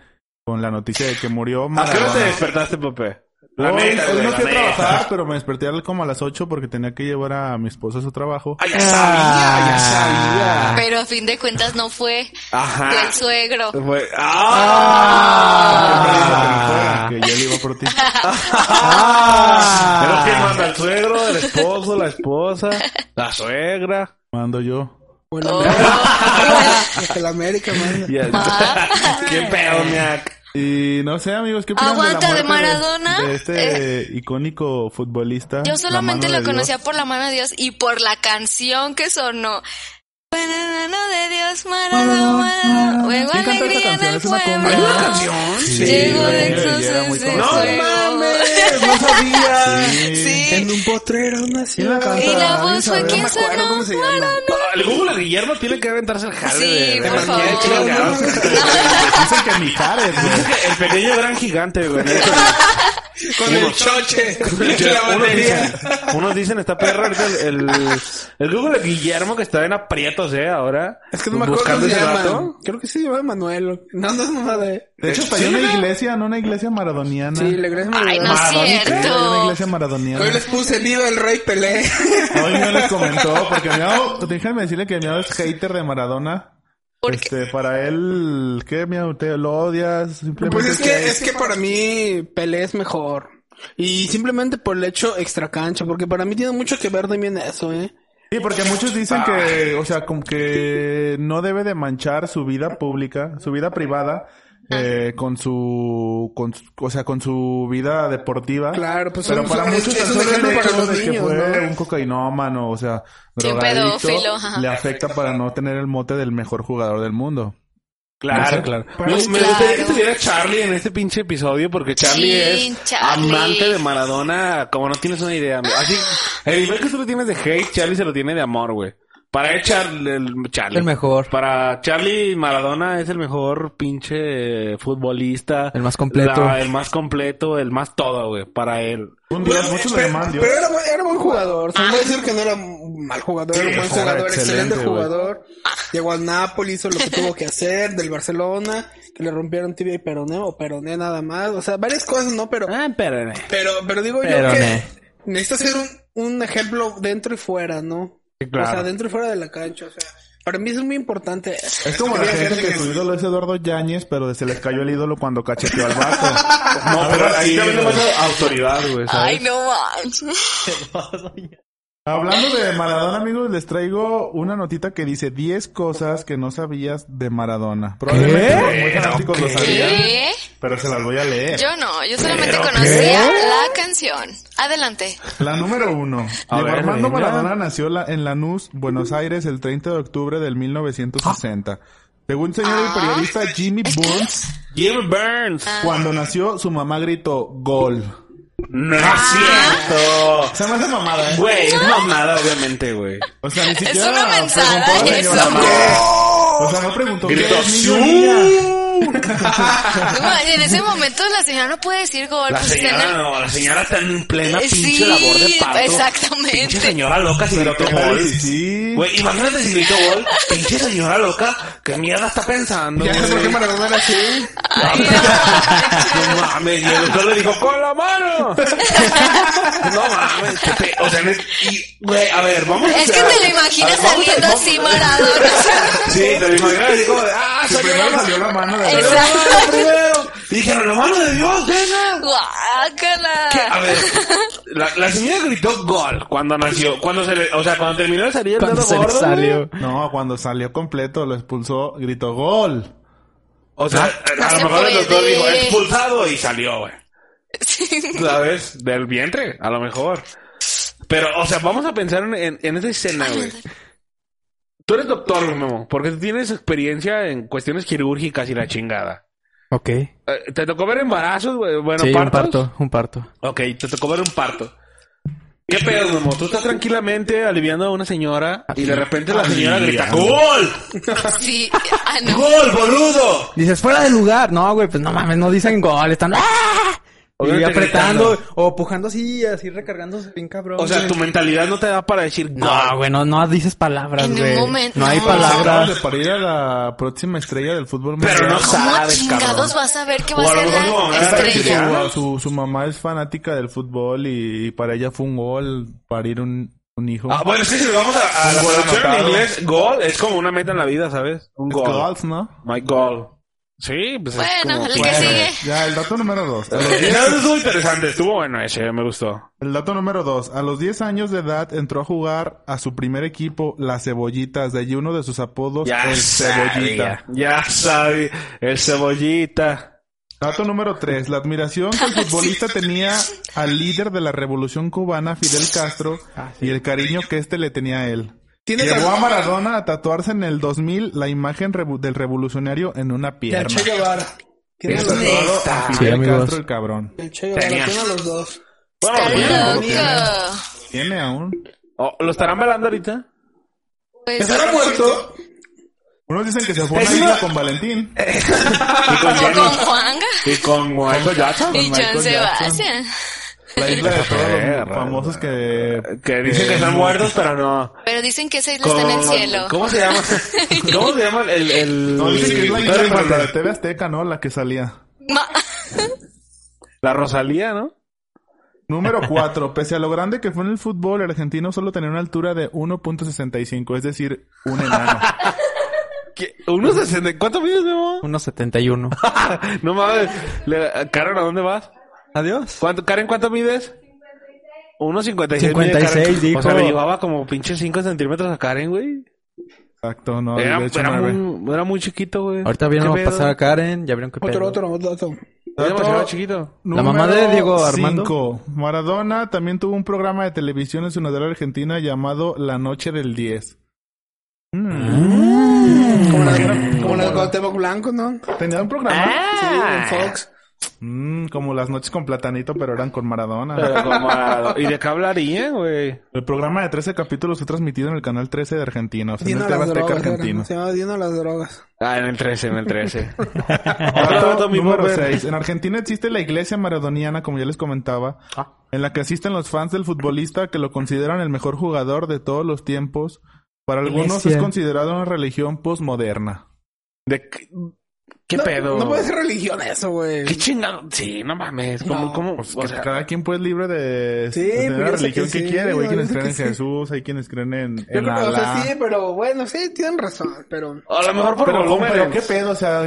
con la noticia de que murió ¿A qué hora te Maradona. despertaste, Pepe? Ah, La hoy, neta, hoy güey, no la fui a neta. trabajar, pero me desperté al- como a las 8 porque tenía que llevar a mi esposa a su trabajo. Ah, ya sabía, ya sabía. Pero a fin de cuentas no fue Ajá. del suegro. Fue- ¡Ah! Que yo le iba por ti. Es lo que manda el suegro, el esposo, la esposa, la suegra. Mando yo. O el Oh. América. el América, man. Y el- Ah. ¡Qué pedo, ñac! Y no sé, amigos, ¿qué opinan Aguanta de de la muerte Maradona. Eh. de este icónico futbolista. Yo solamente la lo mano de conocía Dios? por la mano de Dios y por la canción que sonó. Mano de Dios, Maradona. Hubo ¿Quién canta esa alegría en canción? el Es una pueblo. cumbia, ¿no? canción? Sí, Llegó la de niña de Jesús Villera, muy ese conocida. ¡No fuego. mames! ¡No sabía! Sí. En un potrero nació. ¿Quién la canta? Y la ¿Alguien voz sabe? fue No quien me acuerdo sonó. cómo se llama. El Google de Guillermo tiene que aventarse el jale Sí, de- de por Manuel favor. Chilangado. Dicen que mi cara es, güey. El pequeño gran gigante, güey. Con el choche. Con la Unos batería. dicen, unos dicen, está perro ahorita el, el, el Google de Guillermo que está en aprietos, eh, ahora. Es que no me acuerdo cómo Buscando se ese llama. dato. Creo que se llama Manuel. No, no es mamada. eh. De hecho, está en una iglesia, no una iglesia maradoniana. Sí, le gracias Ay, no es Sí, hay una cierto. iglesia maradoniana. Hoy les puse viva el rey Pelé. Hoy no les comentó, porque Miau, déjenme decirle que Miau es hater de Maradona. ¿Por qué? Este, para él, ¿qué Miau? ¿Te lo odias? Simplemente Pues es que, es que para mí Pelé es mejor. Y simplemente por el hecho extra cancha, porque para mí tiene mucho que ver también eso, ¿eh? Sí, porque muchos dicen que, o sea, como que no debe de manchar su vida pública, su vida privada, eh, con su, con, su- o sea, con su vida deportiva. Claro, pues Pero son- para son- muchos es tan un solo el ejemplo hecho para los de que niños, fue ¿no? un cocainómano, o sea, Sí, un drogadicto, pedófilo, ajá. le afecta para no tener el mote del mejor jugador del mundo. Claro, No sé. claro. Pues Para Me, mí, me claro. gustaría que estuviera Charlie en este pinche episodio porque Charlie Sí, es Charlie. amante de Maradona, como no tienes una idea. amigo. Así, el nivel que tú lo tienes de hate, Charlie se lo tiene de amor, güey. Para él, Char- el, Charlie. El mejor. Para Charlie, Maradona es el mejor pinche futbolista. El más completo. La- el más completo, el más todo, güey. Para él. Un día, muchos le Pues, pero, llaman Dios. pero era, buen- era buen jugador. Ah. Se puede decir que no era un mal jugador, era un buen jugador jugador, excelente, excelente, güey. jugador. Ah. Llegó al Napoli, hizo lo que tuvo que hacer, del Barcelona, que le rompieron tibia y peroné, o peroné nada más. O sea, varias cosas, ¿no? Pero, Ah, pero... pero, pero digo yo Peroné. que necesita ser un, un ejemplo dentro y fuera, ¿no? Ah. Sí, claro. O sea, dentro y fuera de la cancha. O sea, para mí es muy importante. Es como la Había gente que que- su ídolo es Eduardo Yáñez, pero se les cayó el ídolo cuando cacheteó al vato. No, Ah, pero ahí también le güey. mando autoridad, güey, Ay, ¿sabes? no manches. Hablando de Maradona, amigos, les traigo una notita que dice 10 cosas que no sabías de Maradona. Probablemente los muy fanáticos lo sabían, ¿Qué? pero se las voy a leer. Yo no, yo solamente conocía la canción. Adelante. La número uno. A Diego ver, Armando venga. Maradona nació la- en Lanús, Buenos Aires, el 30 de octubre del 1960. Según señor Ah. el periodista Jimmy Burns, Gil Burns. cuando nació, su mamá gritó gol. No es cierto. Ah. Se me hace mamada, ¿eh? Güey, es mamada, obviamente, güey. O sea, ni siquiera Es una mensada preguntó la eso. señora, O sea, no preguntó Gritó, qué es niño "Siu". o niña. No, en ese momento la señora no puede decir gol. La pues, está en señora, el- no, la señora está en plena Eh, pinche sí, labor de parto. exactamente. Pinche señora loca si gritó ¿Qué tal gol. si sí? Güey, imagínate si gritó gol. Pinche señora loca, ¿qué mierda está pensando? Ya sé por qué güey? Maradona era así. Ay, no. No mames, y el doctor le dijo, con la mano. No mames, qué pe- o sea, no es- y, güey, a ver, vamos a Es que hacer- te lo a imaginas ver, vamos a- saliendo vamos- así Maradona. Sí, te lo imaginas así como de, ah, Que salió la primero mano. salió la mano de Exacto. verdad. Primero, primero. Y dijeron, la mano de Dios, venga. Que, a Guácala. ver, la, la señora gritó gol cuando nació, cuando se le, o sea, cuando terminó de salir el Cuando dedo se le gordo, salió. güey. No, cuando salió completo, lo expulsó, gritó gol. O sea, a Ah. No lo se mejor el doctor puede. dijo expulsado y salió, güey. Sí. ¿Sabes? Del vientre, a lo mejor. Pero, o sea, vamos a pensar en, en, en esa escena, güey. Tú eres doctor, güey, Memo, porque tú tienes experiencia en cuestiones quirúrgicas y la chingada. Ok. Eh, ¿Te tocó ver embarazos, güey? Bueno, sí, un partos? parto, un parto. Ok, te tocó ver un parto. ¿Qué pedo, Memo? Tú estás tranquilamente aliviando a una señora y de repente la señora grita ¡Gol! Sí. Ah, no. ¡Gol, boludo! Dices, fuera de lugar. No, güey, pues no mames, no dicen gol. Están... ¡Ah! Y Obviamente apretando, gritando. o pujando así, así recargándose bien cabrón. "Oh", O sea, güey. tu mentalidad no te da para decir No, "Go". güey, no, no dices palabras, En un güey. momento, no hay no. Acabas palabras. de parir a la próxima estrella del fútbol Pero mundial. no ¿Cómo sabes, chingados cabrón. vas a ver que va O a a lo ser mejor ¿eh? como la ganas de estrella? pelear. Su, su, su mamá es fanática del fútbol y, y para ella fue un gol parir un, un hijo. Ah, bueno, es que si vamos a, a la Un gol traducción en anotado. inglés, goal es como una meta en la vida, ¿sabes? Un Es goal. goals, ¿no? My goal. Sí, pues es Bueno, como... el que sigue. Ya, el dato número dos. A los Eso estuvo interesante. Estuvo bueno ese, me gustó. El dato número 2. A los 10 años de edad entró a jugar a su primer equipo, las Cebollitas, de allí uno de sus apodos, Ya el sabía. Cebollita. Ya sabía. El cebollita. Dato número 3. La admiración que el futbolista tenía al líder de la revolución cubana, Fidel Castro, Ah, y el cariño que éste le tenía a él. Tiene Llevó a tatu- Maradona a tatuarse en el 2000 la imagen revu- del revolucionario en una del pierna. Che Guevara. Tiene Es los dos. tatuado a Sí, Fidel amigos. Castro el cabrón. El Che Guevara Tenía. tiene los dos. Bueno, Está bueno, no lo loco. Tiene aún. oh, ¿Lo estarán velando ahorita? Pues, ¿Estará muerto? Unos dicen que se fue a Es una isla una- con Valentín. Y como con Jenny. con Juanga Y con Michael Jackson. y Michael John Jackson. Sebastian. La isla de todos Perra. los famosos que... Que dicen que están Eh, muertos, pero no. Pero dicen que esa isla Con- está en el cielo. ¿Cómo se llama? ¿Cómo se llama el... el... No, dicen que es la Pedro isla de Infante? la de TV Azteca, ¿no? La que salía. Ma- La Rosalía, ¿no? Número 4. Pese a lo grande que fue en el fútbol, el argentino solo tenía una altura de 1.65, es decir, un enano. ¿Qué? ¿Unos 60? ¿Cuánto mides, Memo? 1.71. No mames. Le- Karen, ¿a dónde vas? Adiós. ¿Cuánto, Karen, cuánto mides? 1.56. 56 mide Karen. O sea, dijo. le llevaba como pinche 5 centímetros a Karen, güey. Exacto, no. Era, de hecho, era nueve. muy, era muy chiquito, güey. Ahorita ¿Qué vieron pedo? pasar a Karen, ya vieron que Otro, otro, otro, otro. Era demasiado Dato chiquito. La mamá de Diego Armando. cinco. Maradona también tuvo un programa de televisión en su natal argentina llamado La Noche del 10. Mm. Como la, como la de Cuauhtémoc Blanco, ¿no? ¿Tenía un programa? Sí, Ah. en Fox. Mm, como las noches con platanito, pero eran con Maradona. Pero como a- ¿Y de qué hablaría, güey? El programa de 13 capítulos fue transmitido en el canal 13 de Argentina, o sea, Pues en Dino el a TV las Azteca drogas. argentino. era. Se llama Dino a las drogas. Ah, en el 13, en el 13. Ahora Dato dato mismo, Ah, número pero- 6. En Argentina existe la iglesia maradoniana, como ya les comentaba, Ah. en la que asisten los fans del futbolista que lo consideran el mejor jugador de todos los tiempos. Para algunos Iglesia. es considerado una religión posmoderna. ¿De qué, qué no, pedo? No puede ser religión eso, güey. ¿Qué chingado? Sí, no mames. ¿Cómo? No, cómo? O Que sea, cada quien pues libre de, Sí, de tener pues, la yo sé religión que que sí, quiere. Hay yo quienes sé creen que en sí. Jesús, hay quienes creen en, Yo en creo que, o sea, Alá. sí, pero bueno, sí, tienen razón, pero... a lo mejor por Pero, volumen. pero qué pedo, o sea,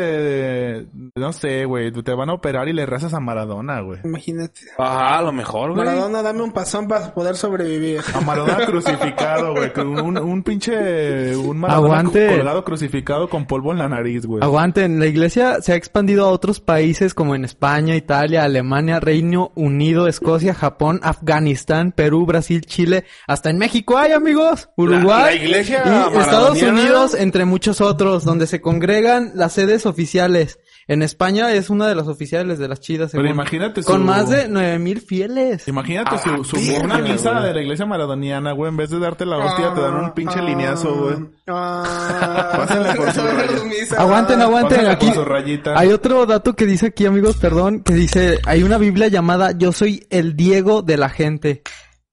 imagínate, no sé, güey, te van a operar y le rezas a Maradona, güey. Imagínate. Ajá, a lo mejor, güey. Maradona, dame un pasón para poder sobrevivir. A Maradona crucificado, güey. Con un, un pinche. Un Maradona Aguante. co- colgado crucificado con polvo en la nariz, Pues, güey. Aguanten, la iglesia se ha expandido a otros países como en España, Italia, Alemania, Reino Unido, Escocia, Japón, Afganistán, Perú, Brasil, Chile, hasta en México hay amigos, Uruguay, la iglesia y Estados maradoniana. Unidos, entre muchos otros, donde se congregan las sedes oficiales. En España es una de las oficiales de las chidas, Pero según. imagínate su- con más de 9000 fieles. Imagínate su, su- una misa de la iglesia maradoniana, güey. En vez de darte la hostia, te dan un pinche lineazo, güey. Ah, Pásenla por su raya. sus misas. Aguanten, aguanten. Pásala Aquí con su rayita. hay otro dato que dice aquí, amigos, perdón, que dice, hay una Biblia llamada Yo soy el Diego de la gente.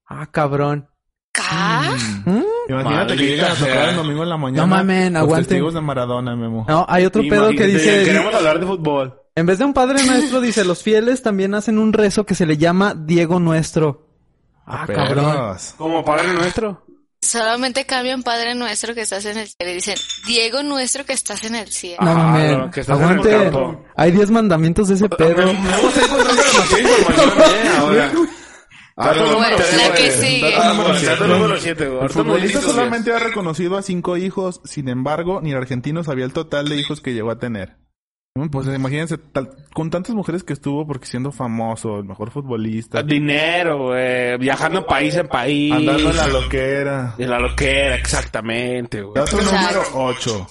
Ah, cabrón. ¿Ca? Imagínate que Maldita llegan a tocar sea. el domingo en la mañana. No mamen, los aguanten. testigos de Maradona, Memo. No, hay otro pedo que Imagínate, dice, Queremos hablar de fútbol. en vez de un Padre Nuestro, dice, los fieles también hacen un rezo que se le llama Diego Nuestro. Ah, Perros. cabrón. Como padre nuestro. Solamente cambian Padre Nuestro que estás en el cielo. y Dicen, Diego Nuestro que estás en el cielo. No Ajá, mamen, Ah, que estás en el aguanten. campo. Ah, Hay 10 mandamientos de ese pedo. Vamos a encontrar demasiada información, eh, ahora. Ahora Dato Bueno, tenemos la que el- sigue. dato número siete. siete. número 7, güey. El Ahorita nos futbolista dices, güey. solamente ha reconocido a cinco hijos, sin embargo, ni el argentino sabía el total de hijos que llegó a tener. Mm, Pues imagínense, tal- con tantas mujeres que estuvo, porque siendo famoso, el mejor futbolista, Dinero, güey. Viajando país en país. andando en la loquera. De la loquera, exactamente, güey. Dato número 8.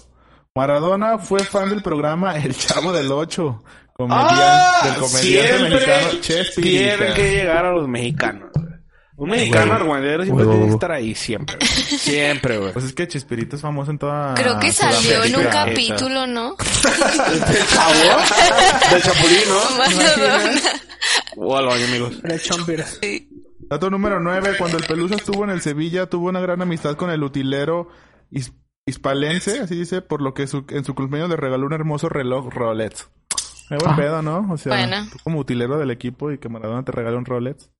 Maradona fue fan del programa El Chavo del 8, comediante, del comediante Ah, Siempre mexicano Chespirita. tienen que llegar a los mexicanos. güey. Un mexicano Güey. argüendero siempre Huevo. tiene que estar ahí, siempre. güey. Siempre, güey. Pues es que Chespirito es famoso en Ah, toda. Creo que salió en un Sudamérica. capítulo, ¿no? este, Del chapulín, ¿no? Maradona. O al baño, amigos. Era Champiras. Dato número 9. Cuando el Pelusa estuvo en el Sevilla, tuvo una gran amistad con el utilero his- hispalense, así dice, por lo que su- en su cumpleaños le regaló un hermoso reloj Rolex. Qué Ah. buen pedo, ¿no? O sea, Bueno. tú como utilero del equipo y que Maradona te regaló un Rolex.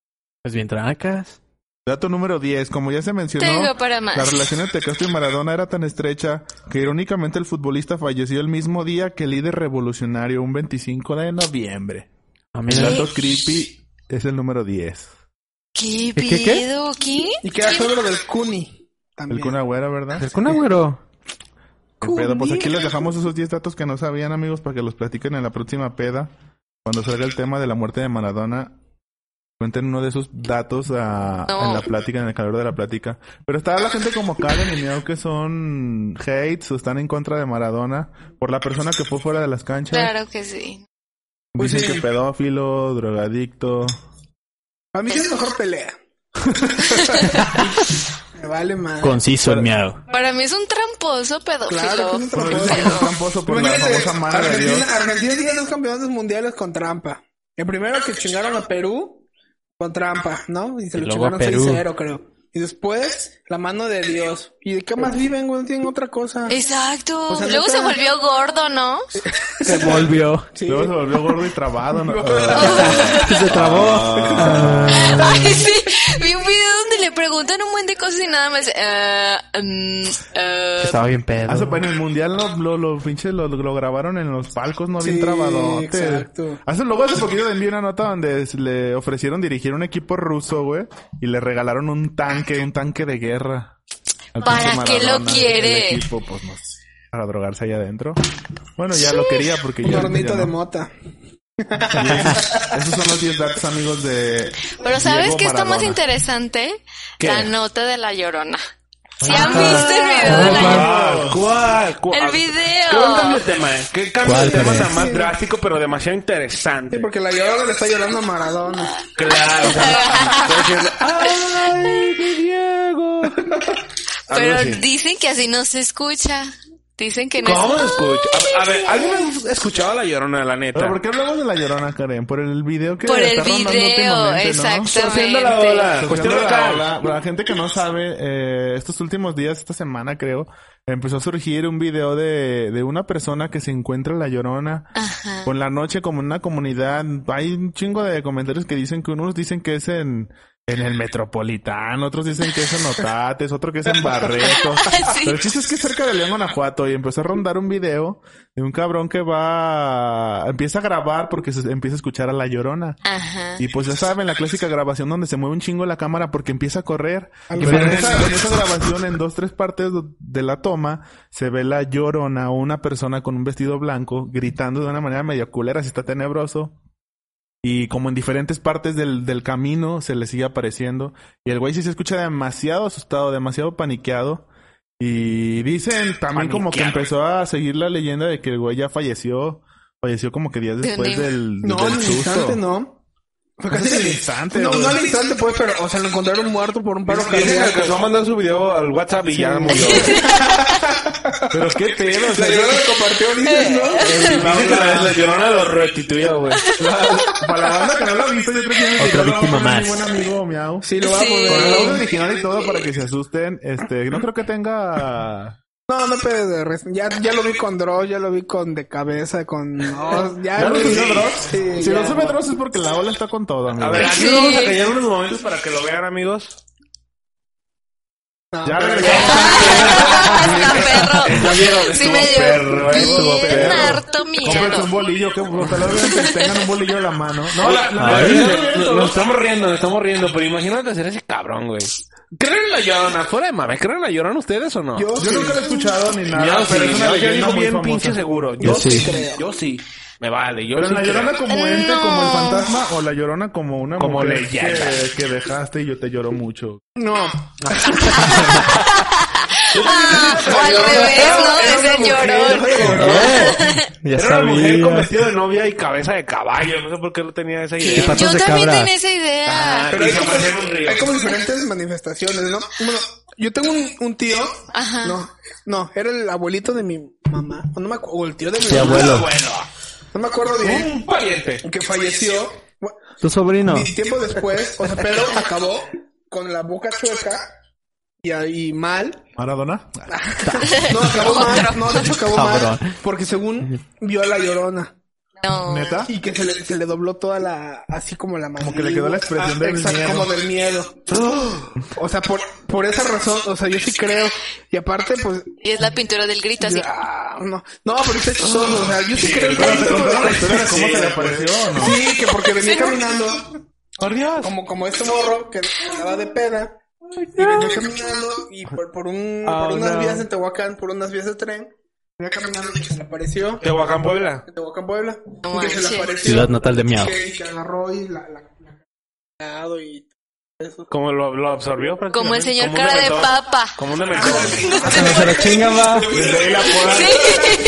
Pues bien trancas. Dato número 10. Como ya se mencionó, Tengo para más. la relación entre Castro y Maradona era tan estrecha que irónicamente el futbolista falleció el mismo día que el líder revolucionario, un 25 de noviembre. Ah, El mira. dato creepy es el número 10. ¿Qué ¿Qué, qué, qué? pido? ¿Qué? Y queda solo del Cuni. El También. Kun Agüero, ¿verdad? Es con agüero. Qué pedo. Pues aquí les dejamos esos 10 datos que no sabían, amigos, para que los platiquen en la próxima peda. Cuando salga el tema de la muerte de Maradona, cuenten uno de esos datos a- No. en la plática, en el calor de la plática. Pero está la gente como Karen y Miau que son hates o están en contra de Maradona por la persona que fue fuera de las canchas. Claro que sí. Pues Dicen sí. que pedófilo, drogadicto. A mí sí es mejor pelea. Me vale más. Conciso el miau. Para mí es un tramposo pedófilo. Claro, que es un Bueno, dicen que es tramposo. tramposo por la famosa Imagínate, mano de Dios. Argentina, Argentina tiene dos campeonatos mundiales con trampa. El primero que chingaron a Perú con trampa, ¿no? Y se Y lo luego a chingaron Perú. 6-0, creo. Y después, la mano de Dios. ¿Y de qué más viven, güey? No tienen otra cosa. Exacto. O sea, Luego se neta. volvió gordo, ¿no? Se volvió. Sí. Luego se volvió gordo y trabado. ¿no? Se trabó. Ah. Ay, sí. Vi un video donde le preguntan un buen de cosas y nada más. eh, mm, eh, Estaba bien Ah, se- pedo. en el mundial lo, lo, lo, pinche, lo, lo grabaron en los palcos, no bien Sí, trabadote. exacto. Hace, luego hace poquito envié una nota donde s- le ofrecieron dirigir un equipo ruso, güey, y le regalaron un tanque, un tanque de guerra. al ¿Para pinche qué lo Maradona, quiere? el equipo, pues, no sé, para drogarse allá adentro. Bueno, ya lo quería porque Un ya... hornito ya de no. mota. Esos son los 10 datos, amigos, de... Pero ¿sabes Diego qué está más Maradona. interesante? ¿Qué? La nota de la llorona. ¿Sí han visto el Ah, video de la llorona? ¿Cuál? El ¿Cuál? ¿Cuál? ¿Qué buen cambio video. de tema, eh? ¿Qué cambio ¿Cuál, de tema Pérez? tan más drástico, pero demasiado interesante? Sí, porque la llorona le está llorando a Maradona. Claro. o sea, estoy diciendo, ¡Ay, mi Diego! Pero Algo así. dicen que así no se escucha. Dicen que no ¿Cómo es- se escucha? A, a ver, ¿alguien ha escuchado la llorona, la neta? ¿Pero por qué hablamos de la llorona, Karen? Por el video que Por el está rondando video, últimamente, ¿no? exactamente. la ola. Cuestión Cuestión de local. Pues la, la gente que no sabe, eh, estos últimos días, esta semana creo, empezó a surgir un video de, de una persona que se encuentra en La Llorona Ajá. con la noche como en una comunidad. Hay un chingo de comentarios que dicen que unos dicen que es en, en el Metropolitano, otros dicen que es en Otates, otro que es en Barreto. Sí. Pero el chiste es que es cerca de León, Guanajuato, y empezó a rondar un video de un cabrón que va, empieza a grabar porque se empieza a escuchar a La Llorona. Ajá. Y pues ya saben, la clásica grabación donde se mueve un chingo la cámara porque empieza a correr. Al Pero en revés. esa, en esa grabación, en dos, tres partes do- de la toma, se ve la llorona o una persona con un vestido blanco gritando de una manera medio culera, si está tenebroso. Y como en diferentes partes del, del camino se le sigue apareciendo. Y el güey sí se escucha demasiado asustado, demasiado paniqueado. Y dicen también como que Paniqueado. empezó a seguir la leyenda de que el güey ya falleció. Falleció como que días De un después día. del, No, del en el susto. instante no. Fue No casi es en el el instante, No, güey. no al instante, pues, pero, o sea, lo encontraron muerto por un paro Dicen que cardíaco. alcanzó a mandar su video al WhatsApp y ya murió. Pero qué pedo, o sea, La llorona lo compartió, dices, ¿no? Dicen que la, la llorona lo restituyó, güey. Para la banda que no lo ha visto, yo creo que tiene que Otra ir a hablar víctima con más. Mi buen amigo, miau. Sí, lo va a Sí. Con el poner. audio original y todo para que se asusten. Este, no creo que Ah, tenga. No, no pedes de res. Ya, ya lo vi con Dross, ya lo vi con de cabeza, con. No, ya, ¿Ya lo vi- subió Dross? Sí, Si ya. lo sube Dross es porque la ola está con todo, amigo. A ver, aquí Sí. vamos a callar unos momentos para que lo vean, amigos. No, ya pero- regresamos. Hasta perro. Sí Estuvo me dio perro, eh, estuvo bien perro. harto Cómprate miedo. un bolillo, que te lo digo que tengan un bolillo en la mano. No, la, la- Ay, la- no, no, Nos estamos riendo, nos estamos riendo, pero imagínate ser ese cabrón, güey. ¿Creen en la llorona? Fuera de mames, ¿creen en la llorona ustedes o no? Yo, Yo nunca lo he escuchado ni nada, Yo pero sí, es una yo leyenda digo muy bien famosa. pinche seguro. Yo, Yo sí, sí. creo. Yo sí. Me vale, yo Pero sí en la creo. llorona como ente, como el No. fantasma, o la llorona como una Como mujer que, leyenda. que dejaste y yo te lloro mucho. no. Ah, o al revés, ¿no? Ese llorón. Eh, Ya Era una mujer con sabía. vestido de novia y cabeza de caballo. No sé por qué lo tenía esa idea. patas Yo de también cabra. tenía esa idea. Ah, Pero y hay se como, parecía un río. hay como diferentes manifestaciones, ¿no? Bueno, yo tengo un, un tío. Ajá. No, no, era el abuelito de mi mamá. O, no me acu- o el tío de mi Sí, mamá. abuelo. Bueno, No me acuerdo bien. un pariente. Uh. Que falleció. Bueno, Tu Ah. sobrino. Y tiempo después, o sea, Pedro acabó con la boca chueca y ahí mal. Maradona. Ah. No, acabó mal. No, de hecho acabó mal. Cabrón. Porque según vio a la llorona. No. Neta. Y que se le, se le dobló toda la, así como la mano. que le quedó la expresión del miedo. Como del miedo. O sea, por, por esa razón, o sea, yo sí creo. Y aparte, pues, Y es la pintura del grito así. ah, no, no, pero está chistoso. O sea, yo sí creo. Pero te contaron la historia de Sí, cómo se le güey. apareció, ¿no? Sí, que porque venía caminando. Por Dios. como, como este morro que andaba de peda y venía caminando y por, por, un, Oh, por unas no. vías en Tehuacán, por unas vías de tren, venía caminando y que se le apareció Tehuacán, Puebla. en Tehuacán, Puebla, No y que se le manches. apareció Ciudad natal de Miao. que, que agarró y la, la, la- la- y eso. Como lo, lo absorbió prácticamente. Como el señor un cara de dementón. papa. Como un dementón. No Ah, se la chinga, va. Desde ahí la podan.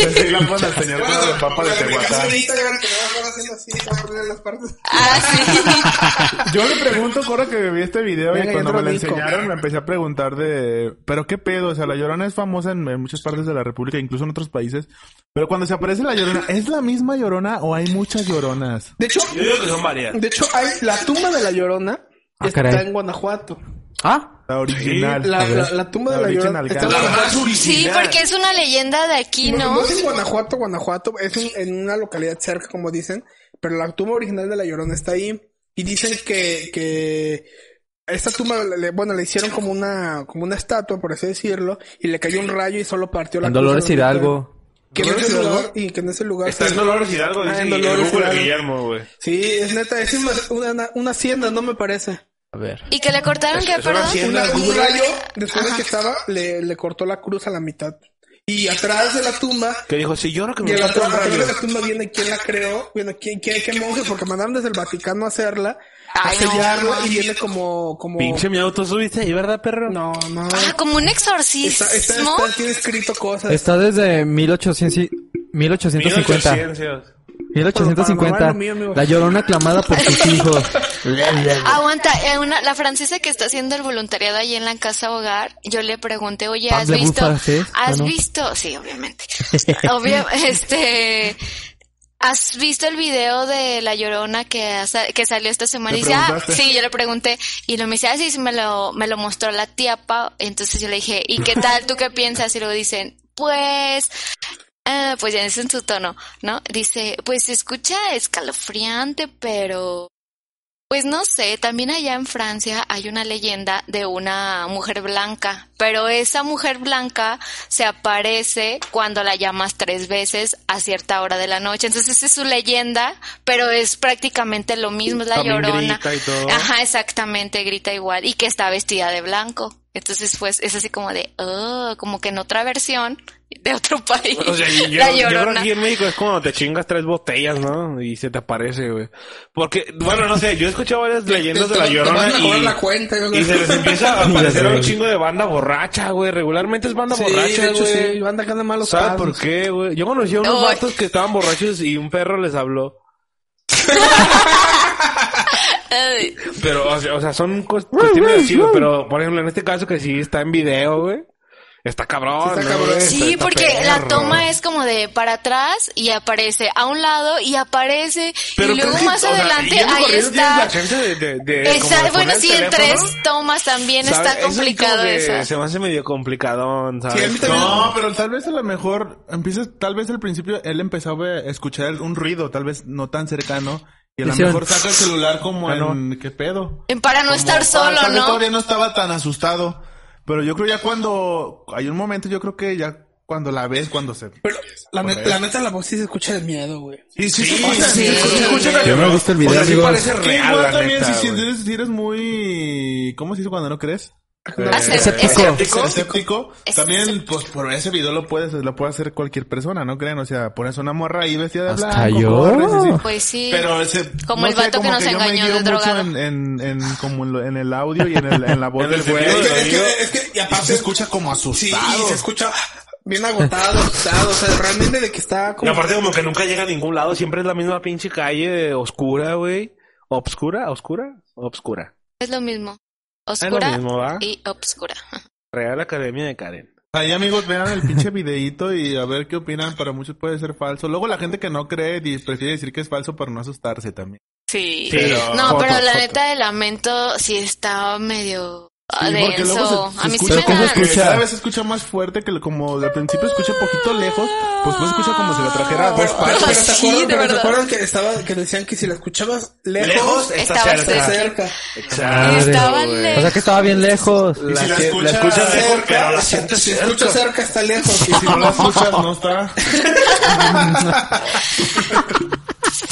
Desde ahí la podan al señor con de papa de La aplicación Tehuacán. de Instagram que le va a estar haciendo así, te va a poner las partes. Ah, sí. Yo le pregunto, Cora, que vi este video Venga, y ya cuando me entró lo Nico. enseñaron me empecé a preguntar de... ¿Pero qué pedo? O sea, la Llorona es famosa en, en muchas partes de la República, incluso en otros países. Pero cuando se aparece la Llorona, ¿es la misma Llorona o hay muchas Lloronas? De hecho, Yo digo que son varias. de hecho hay, la tumba de la Llorona Ah, está caray. en Guanajuato. Ah, La original. La, ver. la, la tumba de La la Llorona original, está en claro. Guanajuato. Sí, porque es una leyenda de aquí, No, ¿no? no es en Guanajuato, Guanajuato, es un- en una localidad cerca, como dicen, pero la tumba original de La Llorona está ahí. Y dicen que, que esta tumba, le- bueno, le hicieron como una, como una estatua, por así decirlo, y le cayó un rayo y solo partió la en cruz Dolores de la Hidalgo. mitad. Que en ese ¿Dolores lugar, y que en ese lugar. Está en Dolores Hidalgo, Ah, dice en Dolores Google Hidalgo. Guillermo, güey. Sí, es neta, es una, una, una hacienda, no me parece. A ver. Y que le cortaron, ¿qué, es una perdón? hacienda. Una- Una un cruz. rayo, después de que estaba, le, le cortó la cruz a la mitad. Y atrás de la tumba Que dijo, si lloro que Y me el otro, corta atrás de rayos. la tumba viene quién la creó, bueno, quién, quién, qué monje, porque mandaron desde el Vaticano a hacerla, a Ay, no, sellarla, y mames. viene como, como... Pinche mi auto subiste ahí, ¿verdad, perro? No, no. Ah, como un Está, exorcismo. está, está, tiene escrito cosas. Está desde 1800 y- 1850. 1800. 1850. Mío, mío. La llorona aclamada por sus hijos. Aguanta, eh, una- la francesa que está haciendo el voluntariado ahí en la casa hogar, yo le pregunté, oye, Pam, ¿has ¿le visto? gusta francés? ¿Has Ah, no. visto? Sí, obviamente. Obvio, este, ¿has visto el video de la llorona que, hace- que salió esta semana? ¿Le Y dice, ah, preguntaste? sí, yo le pregunté. Y lo me dice, ah, sí, sí, me lo, me lo mostró la tía Pau. Entonces yo le dije, ¿y qué tal? ¿Tú qué piensas? Y luego dicen, pues, Ah, pues ya es en su tono, ¿no? Dice, pues se escucha escalofriante, pero... Pues no sé, también allá en Francia hay una leyenda de una mujer blanca, pero esa mujer blanca se aparece cuando la llamas tres veces a cierta hora de la noche. Entonces esa es su leyenda, pero es prácticamente lo mismo, es la También llorona. grita y todo. Ajá, exactamente, grita igual y que está vestida de blanco. Entonces pues es así como de, oh, como que en otra versión de otro país. O sea, yo, la yo creo que llorona. aquí en México es cuando te chingas tres botellas, ¿no? Y se te aparece, güey. Porque, bueno, no sé, yo he escuchado varias leyendas de la Te- te llorona van a cobrar y... la cuenta, yo Y creo. se les empieza a aparecer Ya sé. un chingo de banda borracha, güey. Regularmente es banda Sí, de borracha, hecho, sí, Ah, güey. van dejando malos ¿Sabes pasos. por qué, güey? Yo conocí a unos Ay. vatos que estaban borrachos y un perro les habló. Ay. Pero, o sea, o sea, son cos- cuestiones así, güey. Pero, por ejemplo, en este caso que sí está en video, güey. Está cabrón, Sí está ¿no, cabrón. güey? Está- Sí, está porque la perro. toma es como de para atrás y aparece a un lado y aparece Pero y luego creo que, más o sea, adelante yendo ahí corriendo tienes está. la chance de- de- de- Exacto, como de bueno, poner sí, el en teléfono, tres tomas también ¿sabes? está Eso es complicado como que eso. Se me hace medio complicadón, Sí, a mí ¿sabes? también- No, pero tal vez a lo mejor empiezas, tal vez al principio él empezaba a escuchar un ruido, tal vez no tan cercano, y a lo Hicieron- mejor saca el celular como Ah, no. en qué pedo. Para no estar Como, ah, solo, tal vez ¿no? Todavía no estaba tan asustado, pero yo creo ya cuando hay un momento, yo creo que ya cuando la ves, cuando se Pero la, Por net- eso. la neta, la voz sí se escucha de miedo, güey. Sí, sí, sí, sí. Yo me gusta el video, O sea, sí amigos. parece Que real, igual la también neta, si, si güey. eres, si eres muy... ¿Cómo se dice cuando no crees? eh, Escéptico. escéptico, escéptico. Es- También, pues, por ese video lo puedes, lo puede hacer cualquier persona, ¿no creen? O sea, pones una morra ahí vestida de Hasta blanco. yo. gorra, sí, sí. Pues sí. Pero ese, Como no el sé, vato que como nos yo me engañó guío de mucho drogado. En, en, en- como en, lo- en el audio y en, el, en la voz En del el güey. video, o sea, ¿eh? yo- es que, y Se escucha como Sí, asustado. y se escucha bien agotado, asustado, o sea, realmente de que está Y como... aparte como que nunca llega a ningún lado, siempre es la misma pinche calle oscura, güey. ¿Obscura? ¿Oscura? Obscura. Es lo mismo. Es lo Oscura mismo, ¿ah? ¿va? y obscura. Real Academia de Karen. Ahí amigos, vean el pinche videíto y a ver qué opinan. Para muchos puede ser falso. Luego la gente que no cree y prefiere decir que es falso para no asustarse también. Sí. Sí. Pero- no, Foto, pero la foto. neta el lamento sí está medio ah, Sí, porque luego denso. se- se A mí sí escucha me como da. que escucha? Cada vez se escucha más fuerte que lo- como al principio escucha un poquito lejos, pues pues escucha como si lo trajera. Pues, Pues, sí, pero te acuerdas, de pero te verdad. acuerdas que estaba, que decían que si la escuchabas lejos, Lejos Estaba está cerca. está cerca. Exacto, Estaba güey. O sea que estaba bien lejos. La, si la que- escuchas- escuchas Cerca, lejos, pero la o sea, sientes si cerca. escuchas cerca está lejos. Y si si no lo escuchas, no está.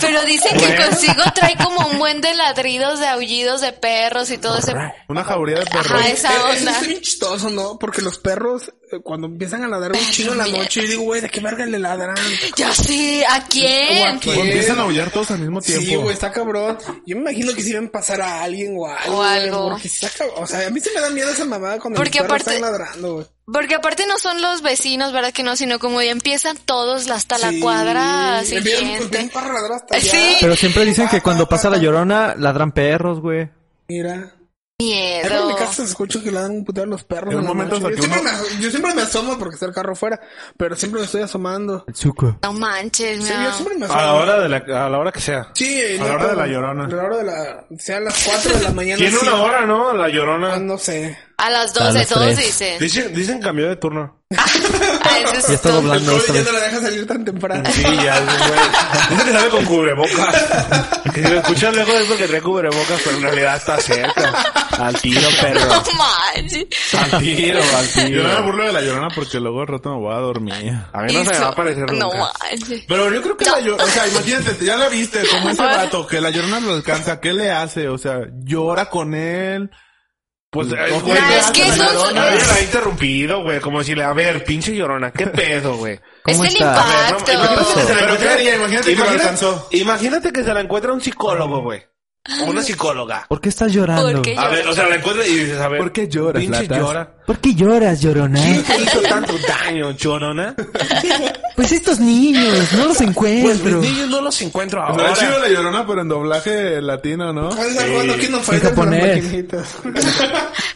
Pero dicen que Bueno. consigo trae como un buen de ladridos, de aullidos de perros y todo ese. Una jauría de perros. Ajá, esa Eso onda. Es bien chistoso, ¿no? Porque los perros, eh, cuando empiezan a ladrar Ah, un chingo en la mira. noche, yo digo, güey, ¿de qué verga le ladran? Ya sé, ¿a O quién? a quién. Pues, Empiezan a aullar todos al mismo tiempo. Sí, güey, está cabrón. Yo me imagino que si ven pasar a alguien o algo. O güey, algo. Porque está cabrón. O sea, a mí se me da miedo esa mamada cuando Porque los perros aparte- están ladrando, güey. Porque aparte no son los vecinos, ¿verdad que no? Sino como ya empiezan todos hasta la Sí. cuadra Empiezan- empiezan siguiente. para ladrar hasta allá. Sí. Pero siempre dicen que cuando pasa la llorona ladran perros, güey. Mira. Pero en mi Miedo. casa se escucha que le dan un puteo a los perros. En en la momentos noche. en yo, que siempre me, yo siempre me asomo porque está el carro fuera, pero siempre me estoy asomando. El suco. No manches, Sí, yo no. siempre me asomo. A la hora de la, a la hora que sea. Sí, A la hora de la llorona. A la hora de la. Sea a las 4 de la mañana. Tiene sí. una hora, ¿no? La Ah, llorona. no sé. A las A dos de las dos tres. dicen. Dicen, dicen cambió de turno. Ah, eso es Ya está todo. El doblando COVID esta ya vez. no la deja salir tan temprano. Sí, ya, sí, güey. Dicen que sale con cubrebocas. Que si lo escuchas lejos es porque trae cubrebocas, pero en realidad está cerca. Al tiro, perro. No manches. Al tiro, al Yo no me tiro. burlo de la llorona porque luego al rato me voy a dormir. A mí no se me va a parecer No nunca. manches. Pero yo creo que la llorona, o sea, imagínate, ya la viste, como ese vato, que la llorona lo alcanza, ¿qué le hace? O sea, llora con él. Pues, eh, No, güey, es le hace que la es un- llorona. Nadie la ha interrumpido, güey. Como decirle, a ver, pinche llorona, ¿qué pedo, güey? Es ¿Cómo el está? A ver, no, impacto. imagínate que se la Pero encuentra- ¿qué haría? Imagínate que lo alcanzó. Imagínate que se la encuentra un psicólogo, güey. O una psicóloga. ¿Por qué estás llorando? ¿Por qué? A ver, o sea, la encuentra y dices, a ver. ¿Por qué lloras, Pinche latas? llora. ¿Por qué lloras, llorona? ¿Quién te hizo tanto daño, llorona? Pues estos niños, no los Pues encuentro. mis niños no los encuentro O sea, ahora. Pues es chido la llorona, pero en doblaje latino, ¿no? Ahí está jugando Kingdom En Fighters en japonés. las maquinitas.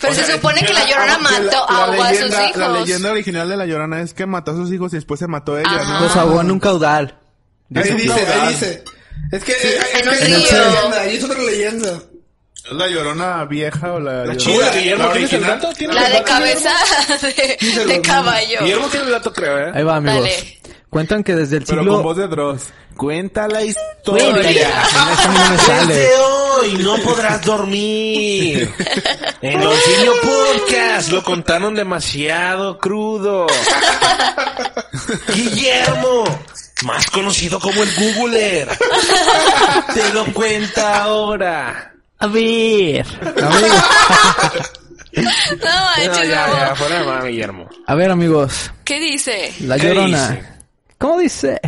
Pero se supone que la llorona mató La a a sus leyenda- La hijos. leyenda original de la llorona es que mató a sus hijos y después se mató ella, Ajá. ¿no? ah, Los ahogó en un caudal. Ahí dice, caudal. ahí dice. Es que eh, En es, un que hay río. otra leyenda, ahí es otra leyenda. ¿Es la llorona vieja o la, llorona? Chida, la Guillermo, ¿tienes el original? dato? ¿Tienes La el de dato? cabeza de, de caballo. Guillermo tiene el dato, creo, ¿eh? Ahí va, amigos. Dale. Cuentan que desde el Pero siglo... con voz de Dross. Cuenta la Cuéntala. Eso a mí no me sale. Desde hoy no podrás dormir. En los niños podcast lo contaron demasiado crudo. Guillermo, más conocido como el Googler, te lo cuenta ahora. A ver. No manches, no. fuera de mami, Guillermo. A ver, amigos. ¿Qué dice? La ¿Qué llorona. dice? ¿Cómo dice?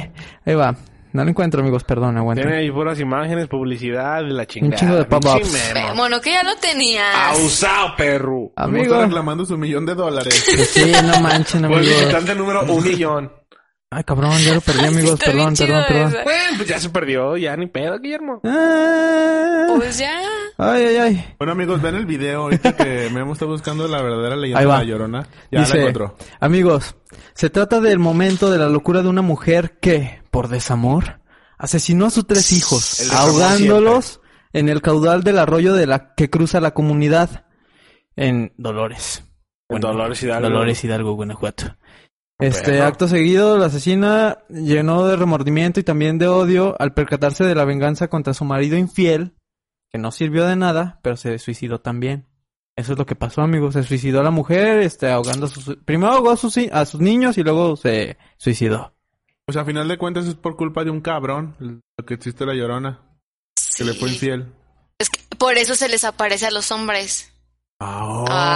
Ahí va. No lo encuentro, amigos. Perdón, Tiene aguanta. ahí puras imágenes, publicidad y la chingada. chingo de pop-ups. Pinche memo. Bueno, que ya lo tenías. Abusado, perro. Amigo. Amigos. reclamando su millón de dólares. Sí, no manchen, Pues, amigos. Publicitante número un millón. Ay, cabrón, ya lo perdí, amigos. Está bien Perdón, chido perdón, perdón. eso. Bueno, pues ya se perdió, ya ni pedo, Guillermo. Ah. Pues ya. Ay, ay, ay. Bueno amigos, ven el video ahorita que me hemos estado buscando la verdadera leyenda Ahí de va. la llorona. Ya Dice, la encontró. amigos, se trata del momento de la locura de una mujer que, por desamor, asesinó a sus tres El hijos, desamor ahogándolos en el caudal del arroyo de la que cruza la comunidad en Dolores. Bueno, Dolores Hidalgo. Dolores Hidalgo, Guanajuato. Este Bueno. acto seguido, la asesina llenó de remordimiento y también de odio al percatarse de la venganza contra su marido infiel, que no sirvió de nada, pero se suicidó también. Eso es lo que pasó, amigos. Se suicidó la mujer, este, ahogando a sus... Primero ahogó a sus, hi- a sus niños y luego se suicidó. Pues a final de cuentas es por culpa de un cabrón lo que existe la llorona, que le fue Sí. infiel. Por eso se les aparece a los hombres.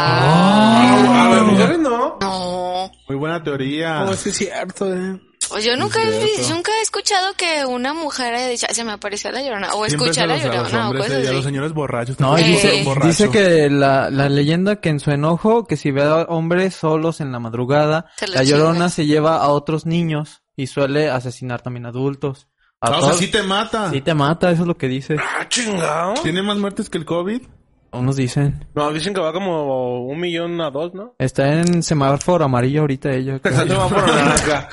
Ah, A ver, mujeres no. no. Muy buena teoría. Oh, sí, es cierto, eh. Pues yo nunca he, vi- nunca he escuchado que una mujer haya dicho, "Ay, se me apareció la llorona, o Siempre escuchar se la los- a los llorona, o hombres, cosas eh, y a los así. señores borrachos. No, y también dice- por un borracho. Dice que la, la leyenda que en su enojo, que si ve a hombres solos en la madrugada, Se los la llorona chinga. se lleva a otros niños y suele asesinar también adultos. A Ah, o sea, todos- sí te mata. Sí te mata, eso es lo que dice. Ah, chingado. ¿Tiene más muertes que el COVID? Unos dicen. No, dicen que va como un millón a dos, ¿no? Está en semáforo amarillo ahorita ella. creo. Exacto, va por naranja.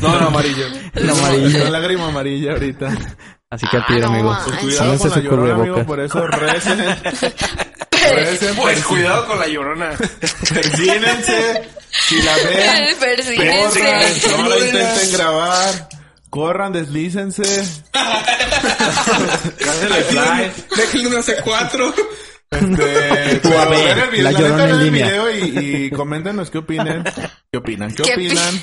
No, no, amarillo. El amarillo. La lágrima amarilla ahorita. Así que al Ah, tiro, no amigo. manches. Pues Ay, cuidado con la sí. Pónganse su llorona, amigo. cubrebocas. Por eso recen. recen. Pues cuidado con la llorona. Persínense. Si la ven, Persíguense. corran. No la intenten grabar. Corran, deslícense. Cáncer de fly. Déjenle un AC4. Este, pero a ver, vean el video, la neta, la llorona vean en el línea. video y, y coméntenos qué opinan. ¿Qué opinan? ¿Qué, ¿Qué opi- opinan?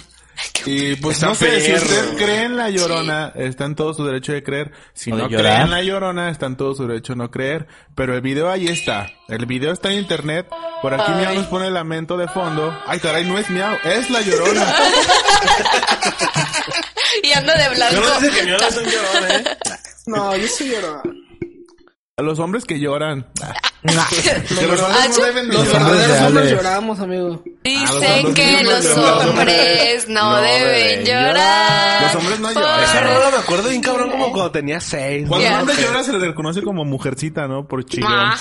Y pues Está no sé, si perro. ustedes creen la llorona, está en todo su derecho de creer. Si O de no llorar. creen la llorona, está en todo su derecho de no creer. Pero el video ahí está. El video está en internet. Por aquí Miau nos pone lamento de fondo. Ay, caray, no es Miau, es la llorona. Y anda de Yo blanco. no dice que mi es un llorón, ¿eh? No, yo soy llorona. A los hombres que lloran. Los Pero no verdaderos- les deben de los llorar. verdaderos hombres reales. lloramos, amigo. Ah, Dicen que hombres los no lloran. hombres no No deben deben llorar. Los hombres no lloran. Esa rola me acuerdo bien cabrón como cuando tenía seis. Cuando Ya. un hombre llora se le reconoce como mujercita, ¿no? Por chillón. Ma,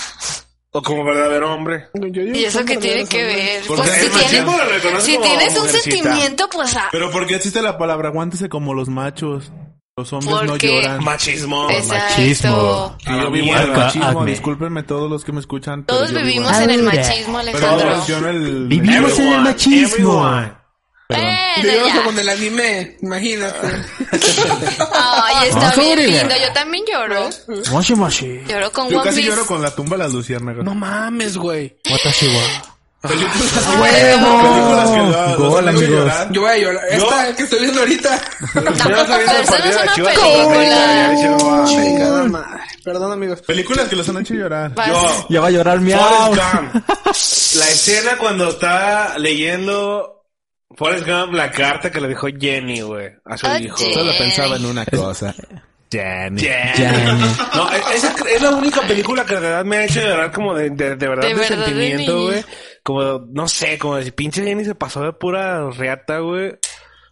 O como verdadero hombre. Yo digo Ah, ¿Y eso son qué tiene verdaderos que hombres. ver? Porque Pues el si machismo lo tienes, reconoce si como tienes un mujercita. sentimiento, pues ah, Pero porque existe la palabra, aguántese como los machos. Los hombres no Porque- lloran. Machismo. exacto. machismo. Y A yo la vivo en el mierda, machismo. hazme. Discúlpenme todos los que me escuchan. pero Todos yo vivo vivimos en- en el Ay, machismo, Pero Alejandro. yo en el... Vivimos en el Everyone, machismo. everyone. Bueno, Vivimos ya. con el anime, imagínate. Ay, está Ah, bien sobre. lindo. Yo también lloro. Moshi moshi. Lloro con Yo One casi Piece. lloro con la tumba de las luciérnagas. No mames, güey. Watashi wa. Películas que da- Gol, los hombres amigos. lloran. Yo voy a llorar. Esta que estoy viendo ahorita. Tampoco, pero eso no es una Ya película. dijeron, "Ah, venga". Chingada madre. Perdón, amigos. Películas que los han hecho llorar. Vas- Yo, Ya va a llorar miau. Forrest Gump. La escena cuando está leyendo Forrest Gump la carta que le dejó Jenny, güey, a su Ah, hijo. sí. Solo pensaba en una cosa. Jenny. Jenny. Jenny. No, es, es la única película que de verdad me ha hecho llorar como de, de, de verdad De de, verdad, de sentimiento, niño. güey. Como, no sé, como decir, pinche Jenny se pasó de pura reata, güey.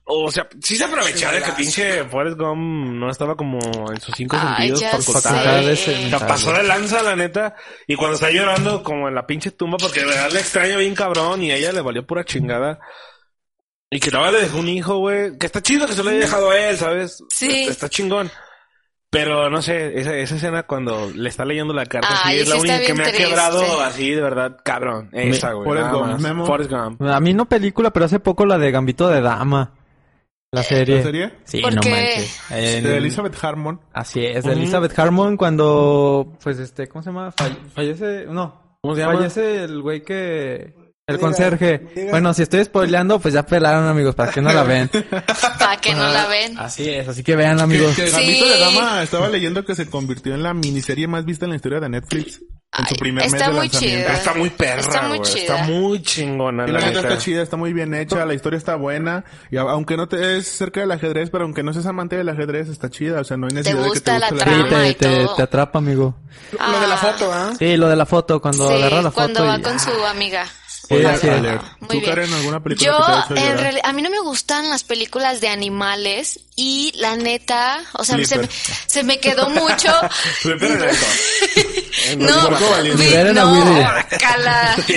O sea, sí se aprovechó de que pinche Forrest Gump no estaba como en sus cinco Ay, sentidos ya facultades. Facultades sé. en- La pasó de lanza, la neta. Y cuando está llorando, como en la pinche tumba, porque de verdad le extraño bien cabrón y a ella le valió pura chingada. Y que luego le dejó un hijo, güey. Que está chido que se lo haya dejado a él, ¿sabes? Sí. Está, está chingón. Pero no sé, esa, esa escena cuando le está leyendo la carta, sí, Ay, es la sí está única que bien me triste. ha quebrado así, de verdad, cabrón. Esa, güey. Forrest nada Gump, más. Memo. Forrest Gump. A mí no película, pero hace poco la de Gambito de Dama. La serie. ¿La serie? Sí, ¿Por no qué? manches. En- De Elizabeth Harmon. Así es, de Elizabeth Harmon cuando, pues este, ¿cómo se llama? Fall- fallece, no. ¿Cómo se llama? Fallece el güey que... El Diga, conserje. diga. Bueno, si estoy spoileando, pues ya pelaron amigos, para que no la ven. Para que no Ah, la ven. Así es, así que vean amigos. Que, que Sí. Gambito de Dama estaba leyendo que se convirtió en la miniserie más vista en la historia de Netflix. En su Ay, primer mes de está muy lanzamiento. chida. Está muy perra, Está muy güey. chida. Está muy chingona, Y la la neta neta. está chida, está muy bien hecha, la historia está buena. Y a- aunque no te es cerca del ajedrez, pero aunque no seas amante del ajedrez, está chida. O sea, no hay necesidad de que gusta te la guste Sí, el trama? ajedrez. te, y te- todo. te atrapa amigo. Lo de la Ah. foto, ¿ah? Sí, lo de la foto, cuando Sí, agarra la cuando foto. va y- con su amiga. Sí, Oye, así es. Ale, Muy ¿Tú, bien. Karen, alguna película que te ha Yo, hecho en llorar? realidad, a mí no me gustan las películas de animales y la neta, o sea, se, Flipper. se me quedó mucho. Flipper en esto. no, Marco Valiente. vi- Liberen a Willy. no, cala.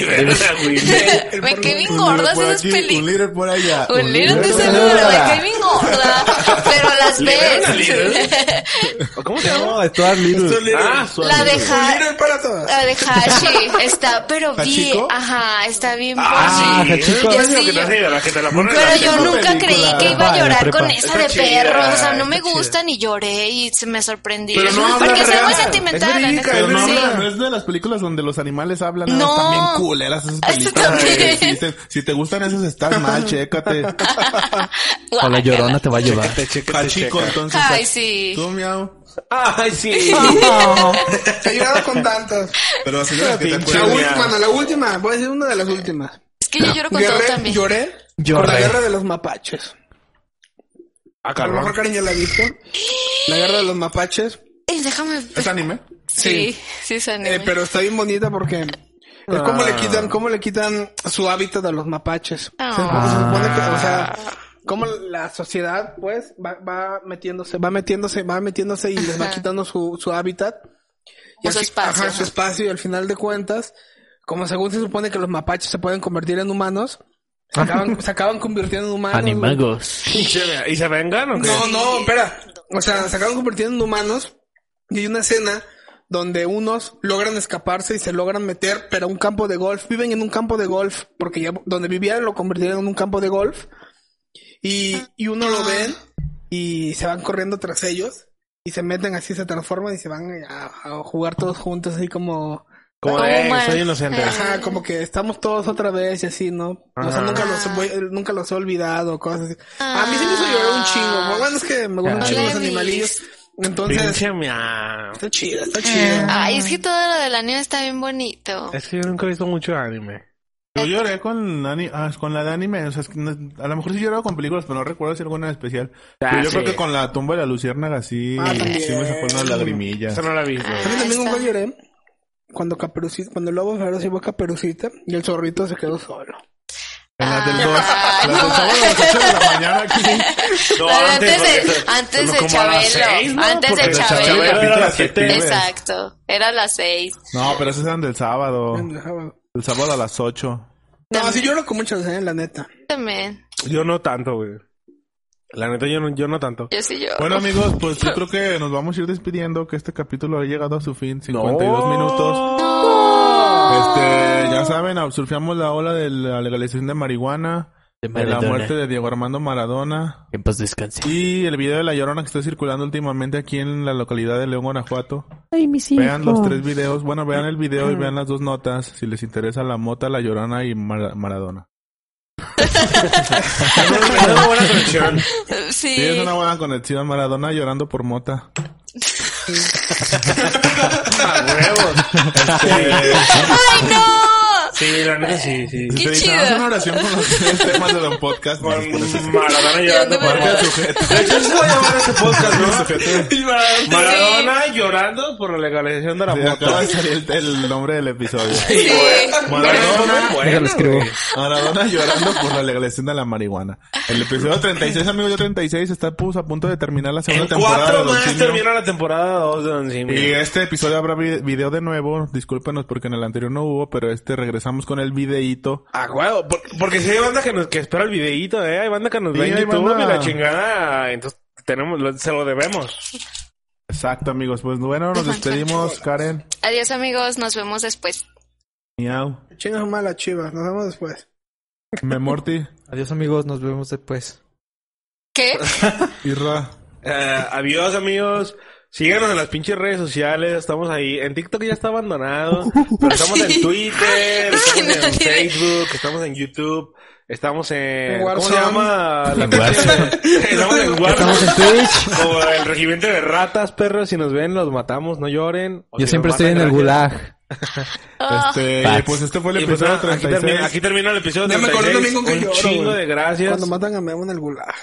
me quedé bien gorda por esas aquí, Un películas. líder por allá. Un libro de líder por seguro, allá. me quedé bien gorda, pero las Liberen a Little. ves. ¿Cómo se llama? No, Stuart Little. Ah, la de Un Har- líder para todas. la de Hashi está, pero vi, ¿Hachiko? ajá, está bien Ah, sí. Ah, Es chico. lo Ya sí, que te yo- hace llorar, que te la ponen en Pero la yo prepa. nunca Película. creí que iba Prepa, a la llorar prepa. con esa Está de chida, perros. O sea, no me está gusta ni lloré y se me sorprendí. Pero no habla Porque soy muy real. Es sentimental. la verídica, neta. Pero no, Sí. hablan- no es de las películas donde los animales hablan. No. No. Están bien culeras esas Eso películas. también. Si te, si te gustan esas, estás mal, chécate. O la Guácala. llorona te va a llevar. Te checa, te Pachico, checa. entonces. Ay, Pach- sí. Tú, miau. Ay, sí. Te ayudaba con tantas. Pero así de las que te Pinche La acuerdas. güey. última, bueno, la última. Voy a decir una de las últimas. Es que yo lloro con todo Lloré, también. lloré, Lloré. por la guerra de los mapaches. Ah, A lo mejor cabrón. Karen ya la ha visto. La guerra de los mapaches. Eh, déjame. ¿Es anime? Sí, sí, es anime. Eh, pero está bien bonita porque es como le quitan, cómo le quitan su hábitat a los mapaches. Ah. Se supone- se supone que, o sea, como la sociedad, pues, va, va metiéndose, va metiéndose, va metiéndose y les va Ajá. quitando su, su hábitat. Y O su al fi- espacio, ajá, su ajá. espacio y al final de cuentas, como según se supone que los mapaches se pueden convertir en humanos, se acaban, se acaban convirtiendo en humanos. güey. ¿Y se, y se vengan o qué? No, no, espera. O sea, se acaban convirtiendo en humanos y hay una escena donde unos logran escaparse y se logran meter, pero a un campo de golf. Viven en un campo de golf, porque ya donde vivían lo convirtieron en un campo de golf. Y, y uno lo ven y se van corriendo tras ellos y se meten así, se transforman y se van a, a jugar todos juntos, así como, Como Oh, de, man. soy inocente. ajá, como que estamos todos otra vez y así, ¿no? O sea, Ajá. nunca los, voy- nunca los he olvidado, cosas así. A mí sí me hizo llorar un chingo. Bueno, es que me gustan Ah. un chingo los Levis. animalillos. Entonces, Pinche mia. está chida, está chida. Ah. Ay, es que todo lo del anime está bien bonito. Es que yo nunca he visto mucho anime. Yo lloré con, ani- ah, con la de anime. O sea, es que no- a lo mejor sí lloraba con películas, pero no recuerdo si alguna en especial. Ah, Pero yo sí. creo que con la tumba de la luciérnaga sí, Ah, también. sí me sacó unas lagrimillas. Eso no la vi. güey. A mí también está. nunca lloré cuando Caperucita, cuando el lobo feroz llevó a Caperucita y el zorrito se quedó solo. En las del Ah, 2, las del no. sábado a las 8 de la mañana aquí. No, Pero antes porque de- eso- antes como- de como a las Chabelo, Ah. seis, ¿no? antes de Porque Chabelo. era a las Capítulo siete. detective. Exacto, era a las seis. No, pero esas eran del sábado. No, El sábado a las 8. sí lloro con muchas, eh, la neta. También, Yo no tanto, güey. La neta, yo no, yo no tanto. yo sí yo. Bueno, amigos, pues yo creo que nos vamos a ir despidiendo, que este capítulo ha llegado a su fin. 52 minutos. Este, ya saben, surfeamos la ola de la legalización de marihuana, de, la muerte de Diego Armando Maradona En paz descanse. y el video de la llorona que está circulando últimamente aquí en la localidad de León, Guanajuato. Vean los tres videos, bueno, vean el video y vean las dos notas si les interesa la mota, la llorona y Mar- Maradona. Es una buena conexión. Sí. Sí, es una buena conexión, Maradona llorando por mota. A huevos. ¡Ay, no! Sí, la neta, sí, sí. Qué Dice, chido. "Haz una oración con los tres temas de los podcast. Con Con Maradona llorando el Maradona. por Maradona. sujeto. De hecho, eso se va a llamar este podcast, Sujeto. ¿no? Maradona llorando por la legalización de la Sí, moto. Acaba de salir el, el nombre del episodio. Sí. Maradona, Bueno, Déjalo, escribo. güey. Maradona llorando por la legalización de la marihuana. El episodio 36, amigos de 36, está pues, a punto de terminar la segunda En temporada. de cuatro Don más Simio. termina la temporada 2 de Don Simio. Y este episodio habrá vi- video de nuevo. Discúlpenos porque en el anterior no hubo, pero este regresamos con el videíto. Ah, huevo, por- porque si hay banda que nos que espera el videíto, eh, hay banda que nos Sí, ve en hay YouTube banda. y la chingada, entonces tenemos lo- se lo debemos. Exacto, amigos. Pues bueno, nos despedimos. Karen, Adiós, amigos, nos vemos después. miau, Chingas más las chivas, nos vemos después. Memorti, Adiós amigos, nos vemos después. ¿Qué? Irra. Eh, adiós, amigos. Síganos en las pinches redes sociales, estamos ahí. En TikTok ya está abandonado, pero estamos en Twitter, estamos en Facebook, estamos en YouTube, estamos en ¿Cómo se Warzone. llama? La estamos en Warzone. Estamos en Twitch. Como el regimiento de ratas, perros, si nos ven, los matamos, no lloren. O Yo si siempre nos estoy en matan, el gracias. gulag. Ah. Este, Bats. y pues este fue el Y pues episodio nada, aquí, 36. termina, aquí termina el episodio Ya me acordé también 36. con que un lloro, chingo güey. de gracias. Cuando matan a Memo en el gulag.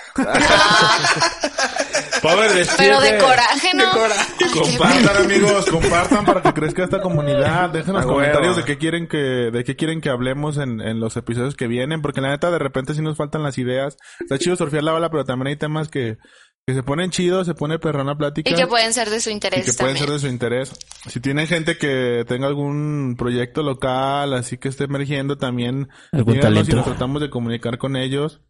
Pobre despide. Pero de coraje, ¿no? De coraje. Compartan amigos, compartan para que crezca esta comunidad. Dejen los A huevo. comentarios de qué quieren que, de qué quieren que hablemos en, en los episodios que vienen, porque la neta de repente sí nos faltan las ideas. Está chido surfear la bala, pero también hay temas que, que se ponen chidos, se pone perrona plática. Y que pueden ser de su y interés que pueden también. ser de su interés. Si tienen gente que tenga algún proyecto local, así que esté emergiendo también, Algún díganos y talento. nos tratamos de comunicar con ellos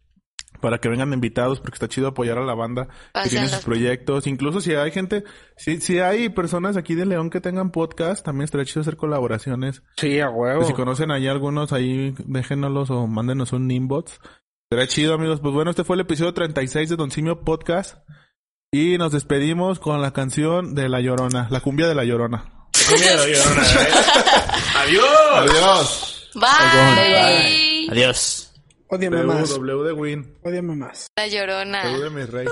para que vengan invitados, porque está chido apoyar a la banda que tiene sus Pásenlo. proyectos. Incluso si hay gente, si, si hay personas aquí de León que tengan podcast, también estaría chido hacer colaboraciones. Sí, a huevo. Si conocen ahí algunos, ahí déjenoslos o mándenos un inbox. Será chido, amigos. Pues bueno, este fue el episodio 36 de Don Simio Podcast. Y nos despedimos con la canción de La Llorona, la cumbia de La Llorona. Qué miedo, yo, no, nada, ¿eh? Adiós. Adiós. Bye. Adiós. Ódiame más. W de Win, Ódiame más. La llorona. W de mi rey.